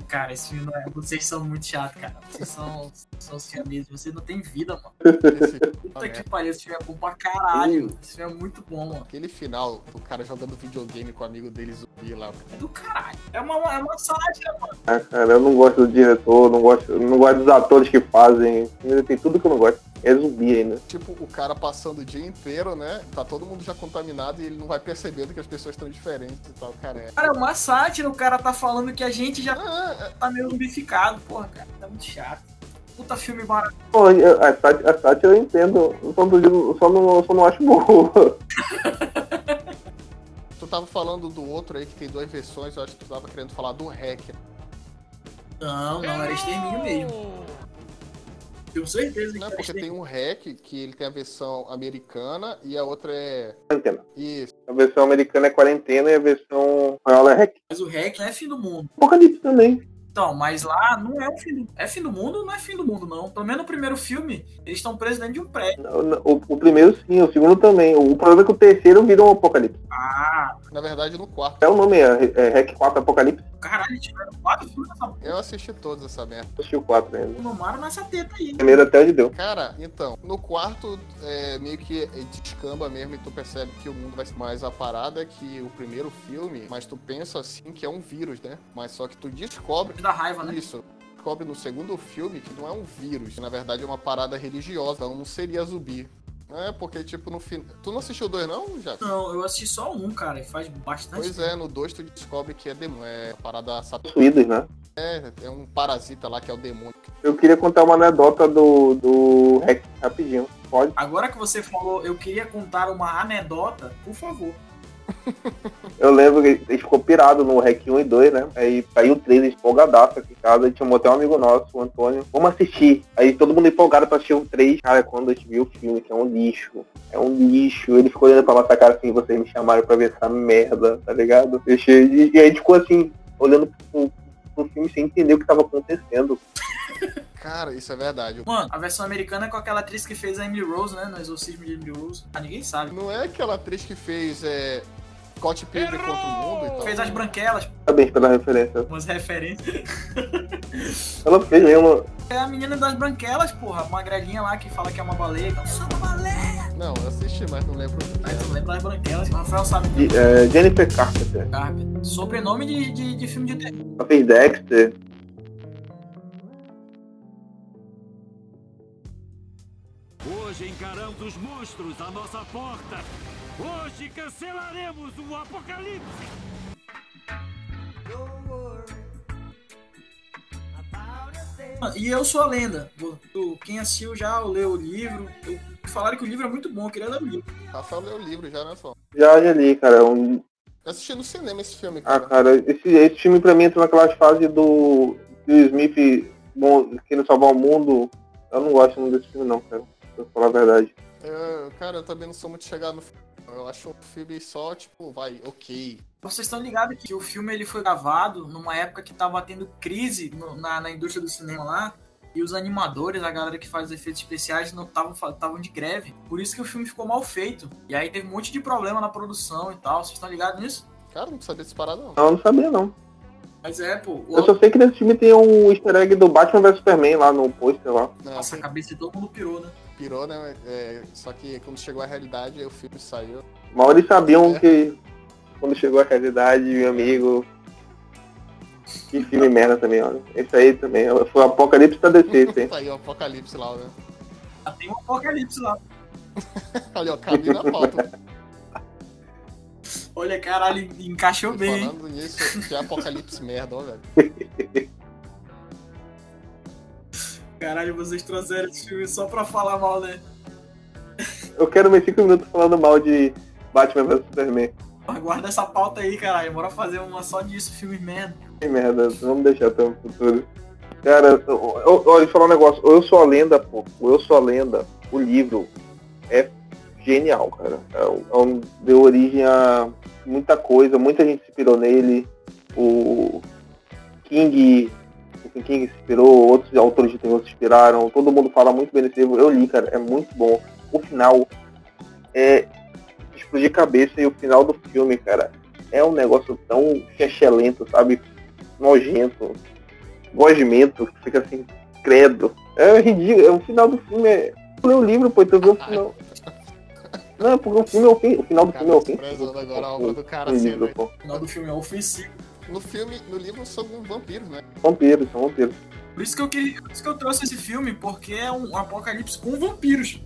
Speaker 1: Cara, esse filme não é. Vocês são muito chatos, cara. Vocês são, são siameses. Vocês não têm vida, mano.
Speaker 3: Esse-
Speaker 1: Puta que pariu, esse filme é bom pra caralho. Esse filme é muito bom, mano.
Speaker 3: aquele final, o cara jogando videogame com o amigo dele zumbi lá.
Speaker 1: É do caralho. É uma, é uma sátira, mano.
Speaker 2: Ah, cara, eu não gosto do diretor, não gosto, eu não gosto dos atores que fazem. Esse filme Tem tudo que eu não gosto. É zumbi ainda.
Speaker 3: Tipo, o cara passando o dia inteiro, né? Tá todo mundo já contaminado e ele não vai percebendo que as pessoas estão diferentes e tal, cara. É,
Speaker 1: Cara, é uma sátira. O cara tá falando que a gente já
Speaker 3: Ah,
Speaker 1: tá meio zumbificado. Porra, cara, tá muito chato. Puta filme maravilhoso.
Speaker 2: Pô, eu- A Sati- a Sátira eu entendo, eu só não, digo- eu só não, eu só não acho boa.
Speaker 3: tu tava falando do outro aí que tem duas versões, eu acho que tu tava querendo falar do hack.
Speaker 1: Não, não, era extermínio mesmo. Tenho certeza que
Speaker 3: Né?
Speaker 1: era
Speaker 3: Porque tem
Speaker 1: extermínio.
Speaker 3: um hack que ele tem a versão americana e a outra é.
Speaker 2: Quarentena.
Speaker 3: Isso.
Speaker 2: A versão americana é quarentena e a versão espanhola é hack.
Speaker 1: Mas o REC não é fim do mundo.
Speaker 2: Apocalipse também.
Speaker 1: Então, mas lá não é o fim do É fim do mundo? Não é fim do mundo, não. Pelo menos no primeiro filme, eles estão presos dentro de um prédio.
Speaker 2: O, o- o primeiro sim, o segundo também. O problema é que o terceiro virou um apocalipse.
Speaker 1: Ah,
Speaker 3: Na verdade, no quarto.
Speaker 2: Até o nome é, é Hack 4 Apocalipse,
Speaker 1: caralho, tiveram quatro filmes nessa porra.
Speaker 3: Eu assisti todos essa merda.
Speaker 2: eu assisti o 4 ainda.
Speaker 1: Tomaram nessa teta aí.
Speaker 2: né? Primeiro até onde deu.
Speaker 3: Cara, então, no quarto é meio que descamba mesmo e tu percebe que o mundo vai ser mais a parada é que o primeiro filme, mas tu pensa assim que é um vírus, né? Mas só que tu descobre
Speaker 1: Da raiva, né?
Speaker 3: Isso. Descobre no segundo filme que não é um vírus, que, na verdade é uma parada religiosa, então não seria zumbi. É, porque, tipo, no fim. Tu não assistiu dois, não, já?
Speaker 1: Não, eu assisti só um, cara. e Faz bastante
Speaker 3: Pois é, no dois tu descobre que é demônio. É uma parada satanista,
Speaker 2: Suídos, né?
Speaker 3: é um parasita lá que é o demônio.
Speaker 2: Eu queria contar uma anedota do, do Hack rapidinho. Pode?
Speaker 1: Agora que você falou, eu queria contar uma anedota, por favor.
Speaker 2: Eu lembro que a gente ficou pirado no Hack 1 e 2, né? Aí saiu o 3 empolgadaço aqui em casa. A gente chamou até um amigo nosso, o Antônio. Vamos assistir. Aí todo mundo empolgado pra assistir o 3. Cara, quando a gente viu o filme, que é um lixo. É um lixo. Ele ficou olhando pra nossa cara assim, vocês me chamaram pra ver essa merda, tá ligado? E, e a gente ficou assim, olhando pro, pro filme sem entender o que tava acontecendo.
Speaker 3: Cara, isso é verdade.
Speaker 1: Mano, a versão americana é com aquela atriz que fez a Emily Rose, né? No Exorcismo de Emily Rose. Ah, ninguém sabe.
Speaker 3: Não é aquela atriz que fez é, Scott Pilgrim contra o mundo e tal?
Speaker 1: Fez as branquelas,
Speaker 2: Parabéns pela referência.
Speaker 1: umas referências.
Speaker 2: Ela fez mesmo.
Speaker 1: É a menina das branquelas, porra. Uma grelinha lá que fala que é uma baleia. Então, sou uma baleia.
Speaker 3: Não, eu assisti, mas não lembro. o que
Speaker 1: Aí tu
Speaker 3: era.
Speaker 1: lembra das branquelas. Rafael sabe
Speaker 2: E, é, Jennifer Carpenter.
Speaker 1: Carpenter. Sobrenome de, de, de filme de terror.
Speaker 2: Ela fez Dexter.
Speaker 4: Hoje encaramos os monstros à nossa porta. Hoje cancelaremos o apocalipse.
Speaker 1: E eu sou a lenda. Do- do- Quem assistiu já ou leu o livro. eu- Falaram que o livro é muito bom, eu queria ler o livro.
Speaker 3: Rafael leu o livro já, né, só?
Speaker 2: Já, já li, cara. Um,
Speaker 3: Eu assisti no cinema esse filme,
Speaker 2: ah,
Speaker 3: cara.
Speaker 2: cara, esse, esse time pra mim entra naquelas fases do Will Smith bom, querendo salvar o mundo. Eu não gosto muito desse filme, não, cara. Pra falar a verdade.
Speaker 3: Eu- cara, eu também não sou muito chegado no filme. Eu acho o filme só, tipo, vai, ok.
Speaker 1: Vocês estão ligados que o filme ele foi gravado numa época que tava tendo crise no- na, na indústria do cinema lá. E os animadores, a galera que faz os efeitos especiais, não estavam fa- estavam de greve. Por isso que o filme ficou mal feito. E aí teve um monte de problema na produção e tal. Vocês estão ligados nisso?
Speaker 3: Cara, não sabia desse parado, não.
Speaker 2: Não, eu não sabia, não.
Speaker 1: Mas é, pô. O
Speaker 2: Eu só sei que nesse time tem um easter egg do Batman vs Superman lá no pôster lá.
Speaker 3: Não, assim,
Speaker 1: Nossa, a cabeça de todo mundo pirou, né?
Speaker 3: pirou, né? É, só que quando chegou a realidade, aí o filme saiu.
Speaker 2: Mal eles sabiam
Speaker 3: É.
Speaker 2: que quando chegou a realidade, meu amigo. Que filme merda também, olha. Esse aí também. Foi o Apocalipse da DC, esse aí.
Speaker 3: Saiu Tá o apocalipse lá, né?
Speaker 1: Ah, Tem um apocalipse lá.
Speaker 3: Olha, ó, caiu na pauta.
Speaker 1: Olha, caralho, encaixou
Speaker 3: E
Speaker 1: bem, hein?
Speaker 3: né? Falando nisso, que é apocalipse merda, ó, velho.
Speaker 1: Caralho, vocês trouxeram esse filme só pra falar mal, né?
Speaker 2: Eu quero meus 5 minutos falando mal de Batman vs Superman.
Speaker 1: Mas Guarda essa pauta aí, caralho. Bora fazer uma só disso, filme merda.
Speaker 2: Que merda, vamos deixar até o futuro. Cara, eu- eu- olha, deixa eu falar um negócio. O Eu Sou a Lenda, pô. O Eu Sou a Lenda, o livro, é genial, cara. É um- é um- deu origem a muita coisa, muita gente se inspirou nele. O King, o King se inspirou, outros autores de terror se inspiraram. Todo mundo fala muito bem desse livro. Eu li, cara, é muito bom. O final é de explodir cabeça e o final do filme, cara, é um negócio tão excelente, sabe? nojento, gojimento, que fica assim, credo. É ridículo, é, o final do filme é. Tu lê o livro, pô, tu vê o final. Não, é porque o filme é ofensivo. O final do
Speaker 3: Ah, Cara,
Speaker 2: filme é
Speaker 3: desprezando
Speaker 2: ofensivo.
Speaker 3: agora a
Speaker 2: O-
Speaker 3: obra do cara
Speaker 2: o
Speaker 3: assim,
Speaker 2: livro,
Speaker 3: velho.
Speaker 2: pô.
Speaker 1: O final do filme é ofensivo.
Speaker 3: No filme, no livro, são um vampiro, né?
Speaker 2: Vampiros, são vampiros.
Speaker 1: Por isso que eu queria. Por isso que eu trouxe esse filme, porque é um apocalipse com vampiros.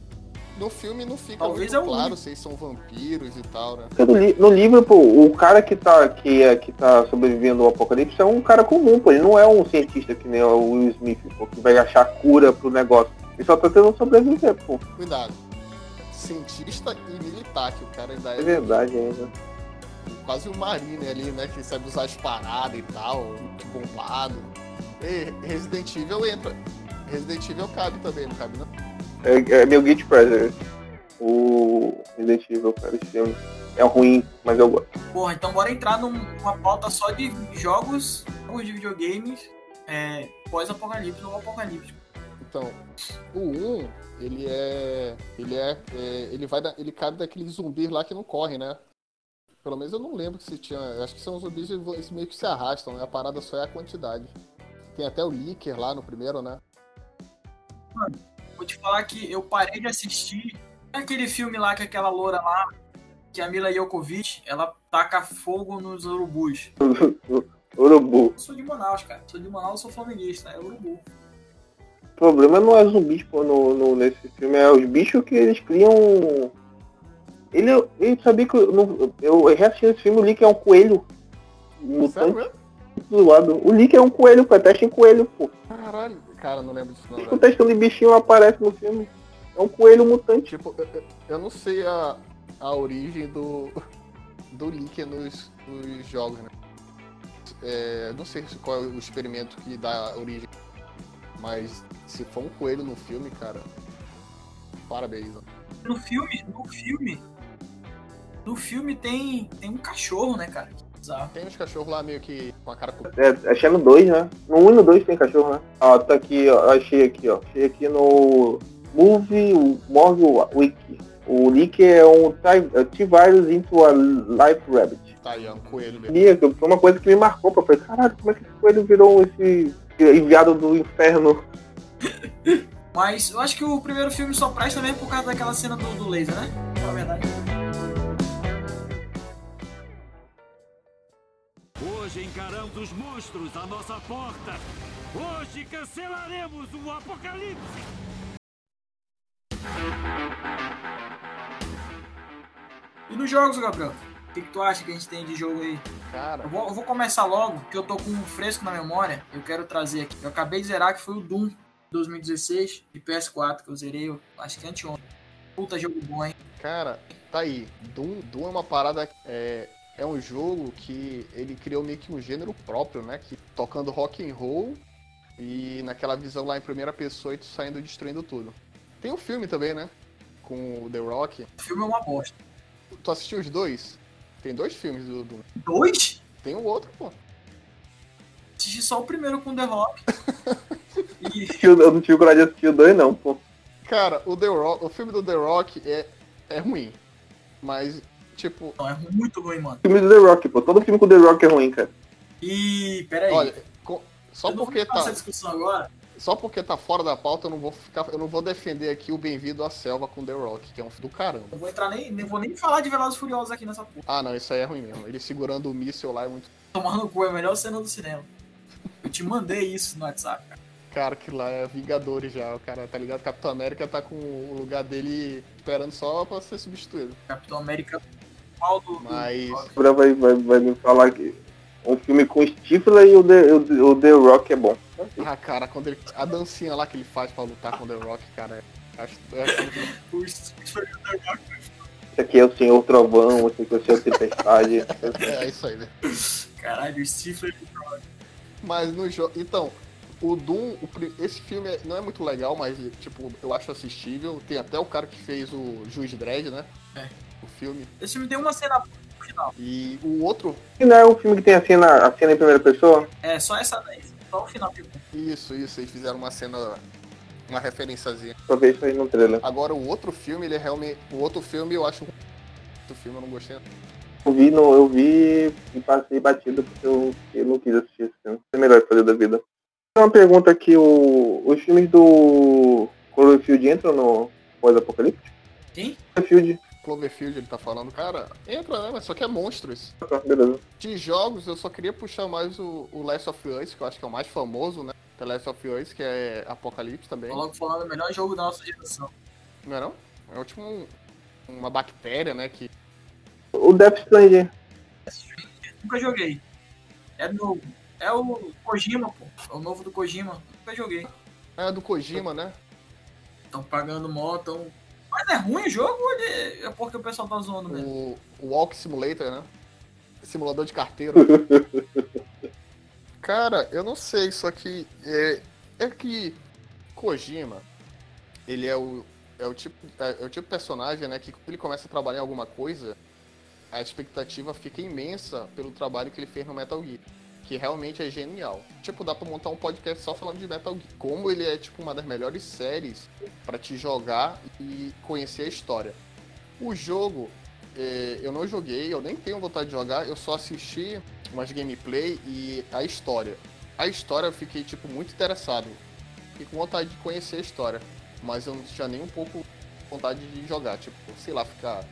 Speaker 3: No filme não fica
Speaker 1: Talvez
Speaker 3: muito
Speaker 1: é o
Speaker 3: claro
Speaker 1: único.
Speaker 3: se eles são vampiros e tal, né?
Speaker 2: Porque No, li- no livro, pô, o cara que tá, que, é- que tá sobrevivendo ao apocalipse é um cara comum, pô. Ele não é um cientista que nem o Will Smith, pô, que vai achar cura pro negócio. Ele só tá tentando sobreviver, pô.
Speaker 3: Cuidado. Cientista e militar, que o cara ainda
Speaker 2: É
Speaker 3: é
Speaker 2: verdade ainda.
Speaker 3: quase um marine ali, né? Que sabe usar as paradas e tal, de bombado. E Resident Evil entra. Resident Evil cabe também, não cabe não?
Speaker 2: É, é meu Gate Pleasure. O Resident Evil, cara, esse filme. É ruim, mas eu gosto.
Speaker 1: Porra, então bora entrar num- numa pauta só de jogos, jogos de videogames, é, pós-apocalipse ou apocalipse.
Speaker 3: Então, o 1, ele é. Ele é. é, ele vai da- ele cabe daquele zumbi lá que não corre, né? Pelo menos eu não lembro que se tinha. eu Acho que são zumbis que vo- eles meio que se arrastam, né? A parada só é a quantidade. Tem até o Licker lá no primeiro, né?
Speaker 1: Vou te falar que eu parei de assistir aquele filme lá que aquela loura lá, que é a Mila Jokovic, ela taca fogo nos urubus.
Speaker 2: Urubu.
Speaker 1: Eu sou de Manaus, cara. Sou de Manaus, sou flamenguista. É urubu.
Speaker 2: O problema não é zumbis, pô, no, no- nesse filme. É os bichos que eles criam. Ele, ele sabia que. Eu, não- eu reassisti esse filme, o Lick é um coelho.
Speaker 3: Sério
Speaker 2: Mutante
Speaker 3: mesmo?
Speaker 2: do lado. O Lick é um coelho, pô. Testa em coelho, pô.
Speaker 3: Caralho. Cara, não lembro disso não, né?
Speaker 2: Fica
Speaker 3: velho.
Speaker 2: testando em bichinho, aparece no filme. É um coelho mutante.
Speaker 3: Tipo, eu- eu, eu não sei a, a origem do, do Licker nos, nos jogos, né? É, não sei se- qual é o experimento que dá origem. Mas se for um coelho no filme, cara. Parabéns. ó.
Speaker 1: No filme, no filme. No filme tem, tem um cachorro, né, cara? Bizarro.
Speaker 3: Tem uns cachorros lá meio que com a cara. co-
Speaker 2: É, achei no 2, né? No 1 e no 2 tem cachorro, né? Ah, tá aqui, ó. Achei aqui, ó. Achei aqui no Movie Morgue Wiki. O Nick é um Ti- é T-Virus into a Life Rabbit.
Speaker 3: Tá aí, ó, um coelho mesmo.
Speaker 2: Lia, que foi uma coisa que me marcou, pra eu falei, caralho, como é que esse coelho virou esse enviado do inferno?
Speaker 1: Mas eu acho que o primeiro filme só presta mesmo por causa daquela cena do, do laser, né? Na verdade.
Speaker 4: Hoje encaramos os monstros à nossa porta. Hoje cancelaremos o apocalipse.
Speaker 1: E nos jogos, Gabriel? O que, que tu acha que a gente tem de jogo aí?
Speaker 3: Cara,
Speaker 1: Eu vou, eu vou começar logo, que eu tô com um fresco na memória. Eu quero trazer aqui. Eu acabei de zerar que foi o Doom 2016 de PS4 que eu zerei, eu acho que anteontem. Puta jogo bom, hein?
Speaker 3: Cara, tá aí. Doom, Doom é uma parada. É, é um jogo que ele criou meio que um gênero próprio, né? Que, tocando rock and roll e naquela visão lá em primeira pessoa e tu saindo e destruindo tudo. Tem um filme também, né? Com o The Rock.
Speaker 1: O filme é uma bosta.
Speaker 3: Tu assistiu os dois? Tem dois filmes do Doom.
Speaker 1: Dois?
Speaker 3: Tem o outro, pô.
Speaker 1: Assisti só o primeiro com o The Rock. E
Speaker 2: Eu não tive coragem de assistir o 2, não, pô.
Speaker 3: Cara, o The Rock, o filme do The Rock é, é ruim. Mas, tipo,
Speaker 1: não, é muito ruim, mano.
Speaker 2: Filme do The Rock, pô. Todo filme com o The Rock é ruim, cara.
Speaker 1: E peraí.
Speaker 3: olha, co- só
Speaker 1: eu não
Speaker 3: porque
Speaker 1: vou
Speaker 3: tá.
Speaker 1: tá... essa discussão agora.
Speaker 3: Só porque tá fora da pauta, eu não vou ficar. Eu não vou defender aqui o Bem-vindo à Selva com The Rock, que é um do caramba.
Speaker 1: Eu vou entrar nem. Nem vou nem falar de Velozes e Furiosos aqui nessa porra.
Speaker 3: Ah não, isso aí é ruim mesmo. Ele segurando o míssil lá é muito.
Speaker 1: Tomar no cu é a melhor cena do cinema. Eu te mandei isso no WhatsApp, cara.
Speaker 3: Cara, que lá é Vingadores já, o cara, tá ligado? Capitão América tá com o lugar dele esperando só pra ser substituído.
Speaker 1: Capitão América mal do. do
Speaker 3: Mas-
Speaker 1: Rock.
Speaker 2: Gabriel vai, vai, vai me falar que um filme com o Stifler e o The, o The- o The Rock é bom.
Speaker 3: Ah, cara, quando ele. A dancinha lá que ele faz pra lutar com o The Rock, cara, é. Acho, é acho-
Speaker 1: O Street Fighter do The Rock.
Speaker 2: Esse aqui é o Senhor Trovão, esse aqui é o Senhor Tempestade. esse aqui-
Speaker 3: é isso aí, né?
Speaker 1: Caralho, o Stifler do The Rock.
Speaker 3: Mas no jogo. Então, o Doom, o pri- esse filme é- não é muito legal, mas tipo, eu acho assistível. Tem até o cara que fez o Juiz Dredd, né?
Speaker 1: É.
Speaker 3: O filme.
Speaker 1: Esse filme tem uma cena boa no final.
Speaker 3: E o outro.
Speaker 2: E não é um filme que tem a cena, a cena em primeira pessoa?
Speaker 1: É, só essa daí. Só o final que eu
Speaker 3: Isso, isso, eles fizeram uma cena. Uma referenciazinha.
Speaker 2: Pra ver isso aí no trailer.
Speaker 3: Agora o outro filme, ele é realmente. O outro filme eu acho. O outro filme eu não gostei.
Speaker 2: Eu vi, no, eu vi e passei batido porque eu, eu não quis assistir esse filme. É melhor fazer da vida. Tem uma pergunta aqui, o, os filmes do Cloverfield entram no pós-apocalipse?
Speaker 1: Quem?
Speaker 2: Cloverfield.
Speaker 3: Cloverfield ele tá falando, cara, entra, né? Mas só que é monstros.
Speaker 2: Ah, tá, beleza.
Speaker 3: De jogos, eu só queria puxar mais o, o Last of Us, que eu acho que é o mais famoso, né? The Last of Us, que é Apocalipse também.
Speaker 1: tô logo falando é o melhor jogo da nossa geração.
Speaker 3: Não é não? É tipo um- uma bactéria, né? Que
Speaker 2: O Death Stranding.
Speaker 1: Nunca joguei. É novo. É o Kojima, pô. É o novo do Kojima. Nunca joguei.
Speaker 3: é do Kojima, né?
Speaker 1: Estão pagando mó, tão. Mas é ruim o jogo ou ele- é porque o pessoal tá zoando mesmo?
Speaker 3: O, o Walk Simulator, né? Simulador de carteiro. Cara, eu não sei, só que é, é que Kojima, ele é o, é, o tipo, é, é o tipo de personagem, né? Que quando ele começa a trabalhar em alguma coisa, a expectativa fica imensa pelo trabalho que ele fez no Metal Gear. Que realmente é genial. Tipo, dá pra montar um podcast só falando de Metal Gear. Como ele é, tipo, uma das melhores séries pra te jogar e conhecer a história. O jogo, é, eu não joguei, eu nem tenho vontade de jogar, eu só assisti umas gameplay e a história. A história eu fiquei, tipo, muito interessado. Fiquei com vontade de conhecer a história. Mas eu não tinha nem um pouco vontade de jogar. Tipo, sei lá, ficar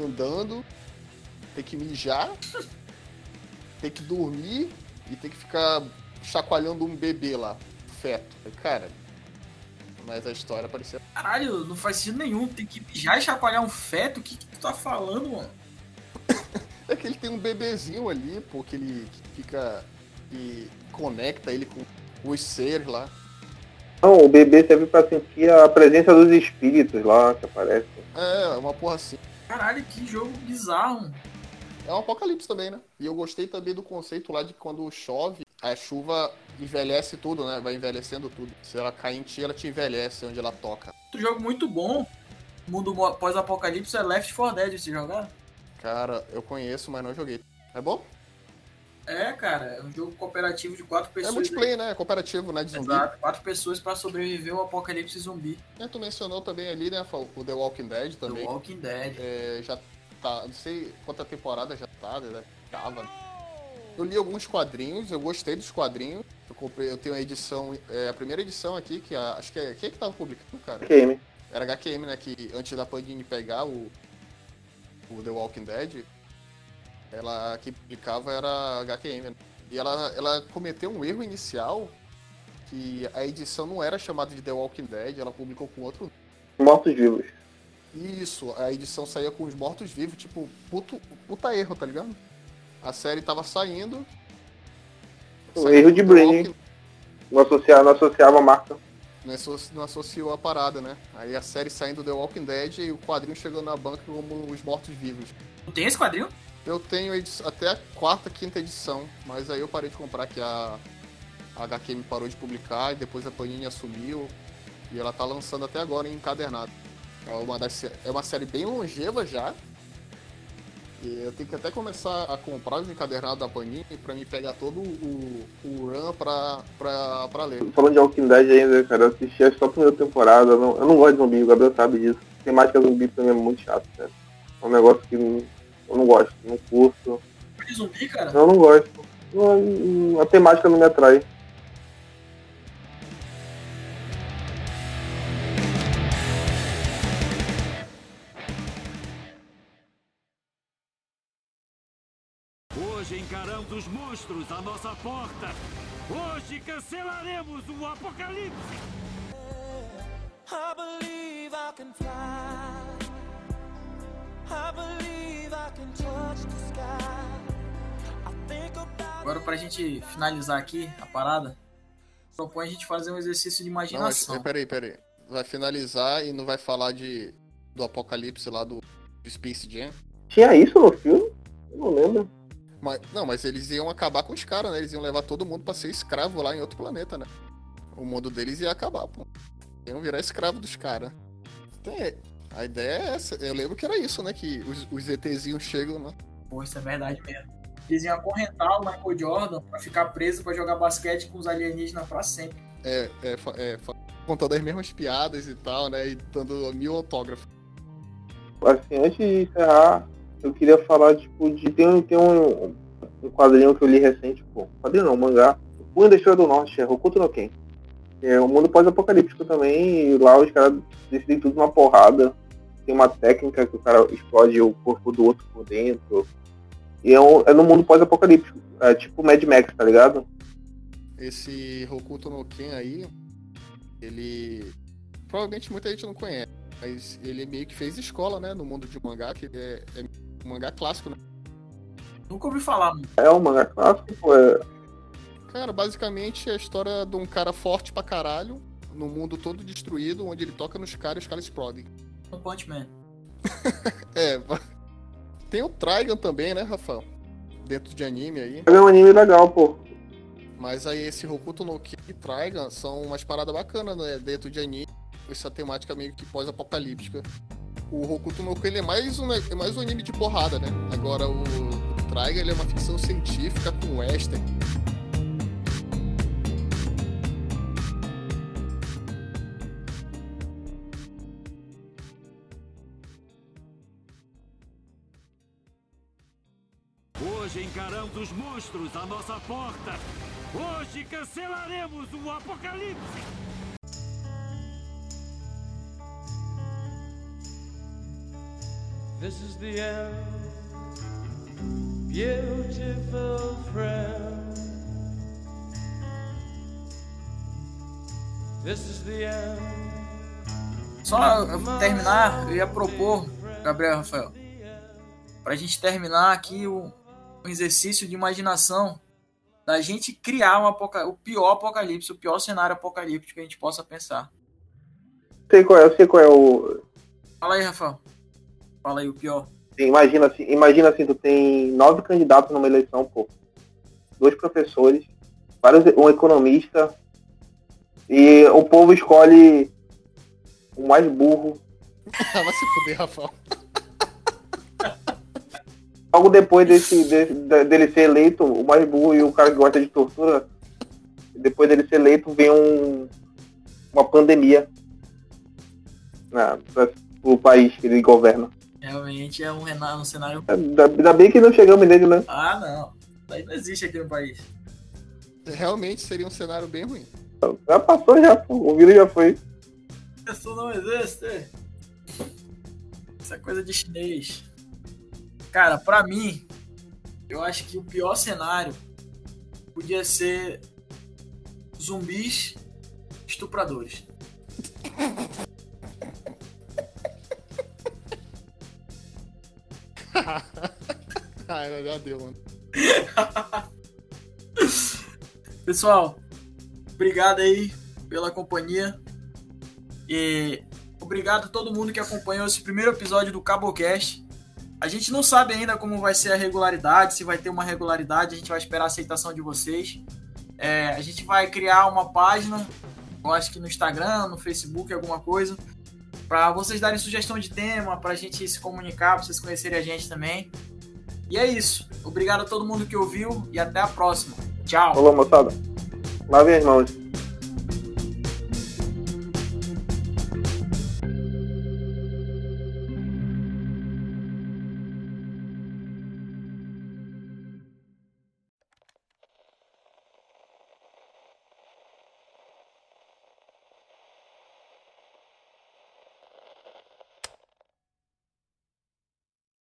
Speaker 3: andando, ter que mijar, ter que dormir e ter que ficar chacoalhando um bebê lá, feto. Cara, mas a história parecia.
Speaker 1: Caralho, não faz sentido nenhum. Tem que mijar e chacoalhar um feto? O que, que tu tá falando, mano?
Speaker 3: É que ele tem um bebezinho ali, pô, que ele fica. e conecta ele com os seres lá.
Speaker 2: Não, o bebê serve pra sentir a presença dos espíritos lá que aparecem.
Speaker 3: É, uma porra assim.
Speaker 1: Caralho, que jogo bizarro.
Speaker 3: É um apocalipse também, né? E eu gostei também do conceito lá de quando chove, a chuva envelhece tudo, né? Vai envelhecendo tudo. Se ela cair em ti, ela te envelhece onde ela toca.
Speaker 1: Outro jogo muito bom. Mundo pós-apocalipse é Left 4 Dead, se jogar.
Speaker 3: Cara, eu conheço, mas não joguei. É bom?
Speaker 1: É, cara, é um jogo cooperativo de quatro
Speaker 3: É
Speaker 1: pessoas.
Speaker 3: multiplayer, né? Cooperativo, né? De zumbi.
Speaker 1: Exato, quatro pessoas pra sobreviver ao apocalipse zumbi
Speaker 3: E Né, tu mencionou também ali, né, Fal, o The Walking Dead
Speaker 1: do
Speaker 3: também.
Speaker 1: Walking Dead.
Speaker 3: É, já tá, não sei quanta temporada já tá, né? Tava. Eu li alguns quadrinhos, eu gostei dos quadrinhos. Eu comprei, eu tenho a edição, é, a primeira edição aqui, que a- acho que é. Quem é que tava publicando, cara?
Speaker 2: Game.
Speaker 3: Era HQM, né? Que antes da Panini pegar o, o The Walking Dead, ela que publicava era HQM, né? E ela, ela cometeu um erro inicial que a edição não era chamada de The Walking Dead, ela publicou com outro
Speaker 2: Mortos-vivos.
Speaker 3: isso, a edição saía com os mortos-vivos, tipo, puto, puta erro, tá ligado? A série tava saindo.
Speaker 2: Um
Speaker 3: saiu
Speaker 2: erro de
Speaker 3: The
Speaker 2: branding.
Speaker 3: Walking-
Speaker 2: Não associava, não associava a marca.
Speaker 3: Não asso- não associou a parada, né? Aí a série saindo The Walking Dead e o quadrinho chegando na banca como os mortos-vivos.
Speaker 1: Não tem esse quadril?
Speaker 3: Eu tenho edi- até a quarta, quinta edição, mas aí eu parei de comprar que a, a HQM parou de publicar e depois a Panini assumiu. E ela tá lançando até agora em encadernado. É uma, das, sé- é uma série bem longeva já. E eu tenho que até começar a comprar os encadernados da Panini pra me pegar todo o, o run pra, pra, pra ler.
Speaker 2: Falando de Walking Dead ainda, cara, eu assisti acho, só a primeira temporada. Eu não, eu não gosto de zumbi, o Gabriel sabe disso. Temática zumbi pra mim é muito chato, cara. É um negócio que não- eu não gosto, não curto.
Speaker 1: De zumbi, cara?
Speaker 2: Eu não gosto. Não- não- a temática não me atrai.
Speaker 4: Hoje encaramos os monstros à nossa porta. Hoje cancelaremos o apocalipse.
Speaker 5: I believe I can fly. I believe I can touch the sky. I think about
Speaker 1: Agora, pra gente finalizar aqui a parada, propõe a gente fazer um exercício de
Speaker 3: Não, mas, é,
Speaker 1: imaginação.
Speaker 3: peraí, peraí. Vai finalizar e não vai falar de do apocalipse lá do, do Space Jam?
Speaker 2: Tinha isso no filme? Eu não lembro.
Speaker 3: Mas- não, mas eles iam acabar com os caras, né? Eles iam levar todo mundo pra ser escravo lá em outro planeta, né? O mundo deles ia acabar, pô. Iam virar escravo dos caras. Tem- A ideia é essa. Eu lembro que era isso, né? Que os, os ETzinhos chegam, né?
Speaker 1: Pô, isso é verdade mesmo. Eles iam acorrentar o Michael Jordan pra ficar preso pra jogar basquete com os alienígenas pra sempre.
Speaker 3: É, é, fa- é, fa- contando as mesmas piadas e tal, né? E dando mil autógrafos.
Speaker 2: Assim, antes de encerrar, eu queria falar, tipo, de. Tem, um- tem um, um quadrinho que eu li recente, pô. Quadrinho não, um mangá. O Punho da Estrela do Norte, é Hokuto no Ken. É um mundo pós-apocalíptico também, e lá os caras decidem tudo numa porrada. Tem uma técnica que o cara explode o corpo do outro por dentro. E é, um, é num mundo pós-apocalíptico. É tipo Mad Max, tá ligado?
Speaker 3: Esse Hokuto no Ken aí, ele. Provavelmente muita gente não conhece, mas ele meio que fez escola, né? No mundo de mangá, que ele é, é um mangá clássico, né?
Speaker 1: Nunca ouvi falar, mano.
Speaker 2: É um mangá clássico, pô. É,
Speaker 3: Cara, basicamente é a história de um cara forte pra caralho, num mundo todo destruído, onde ele toca nos caras e os caras explodem.
Speaker 1: No um Punch Man.
Speaker 3: É, tem o Trigon também, né, Rafael? Dentro de anime aí.
Speaker 2: é um anime legal, pô.
Speaker 3: Mas aí esse Hokuto no Ki e Trigon são umas paradas bacanas, né? Dentro de anime, essa temática meio que pós-apocalíptica. O Hokuto no Ki ele é mais um, é mais um anime de porrada, né? Agora o Trigon ele é uma ficção científica com western.
Speaker 4: Hoje encaramos os monstros à nossa porta. Hoje cancelaremos o apocalipse.
Speaker 5: This is the end, beautiful friend. This is the end.
Speaker 1: Só eu vou terminar, eu ia propor, Gabriel e Rafael, pra gente terminar aqui o, o exercício de imaginação da gente criar um apoca- o pior apocalipse, o pior cenário apocalíptico que a gente possa pensar.
Speaker 2: Sei qual é, eu sei qual é o.
Speaker 1: Fala aí, Rafael. Fala aí o pior.
Speaker 2: Sim, imagina, assim, imagina assim, tu tem nove candidatos numa eleição, pô. Dois professores, vários, um economista, e o povo escolhe o mais burro.
Speaker 3: Vai se fuder, Rafael.
Speaker 2: Logo depois desse, desse- da- dele ser eleito, o mais burro e o cara que gosta de tortura, depois dele ser eleito, vem um, uma pandemia na, pra, pro país que ele governa.
Speaker 1: Realmente é um, rena- um cenário.
Speaker 2: Ainda ainda bem que não chegamos nele, né?
Speaker 1: Ah, não. Isso Aí não existe aqui no país.
Speaker 3: Realmente seria um cenário bem ruim.
Speaker 2: Já passou, já, pô. o vírus já foi.
Speaker 1: Isso não existe. Isso é coisa de chinês. Cara, pra mim, eu acho que o pior cenário podia ser zumbis estupradores.
Speaker 3: Ah, já deu, mano.
Speaker 1: Pessoal, obrigado aí pela companhia. E obrigado a todo mundo que acompanhou esse primeiro episódio do Cabocast. A gente não sabe ainda como vai ser a regularidade, se vai ter uma regularidade, a gente vai esperar a aceitação de vocês. É, a gente vai criar uma página, eu acho que no Instagram, no Facebook, alguma coisa, para vocês darem sugestão de tema, para a gente se comunicar, para vocês conhecerem a gente também. E é isso. Obrigado a todo mundo que ouviu e até a próxima. Tchau.
Speaker 2: Falou, moçada. Lavem as mãos.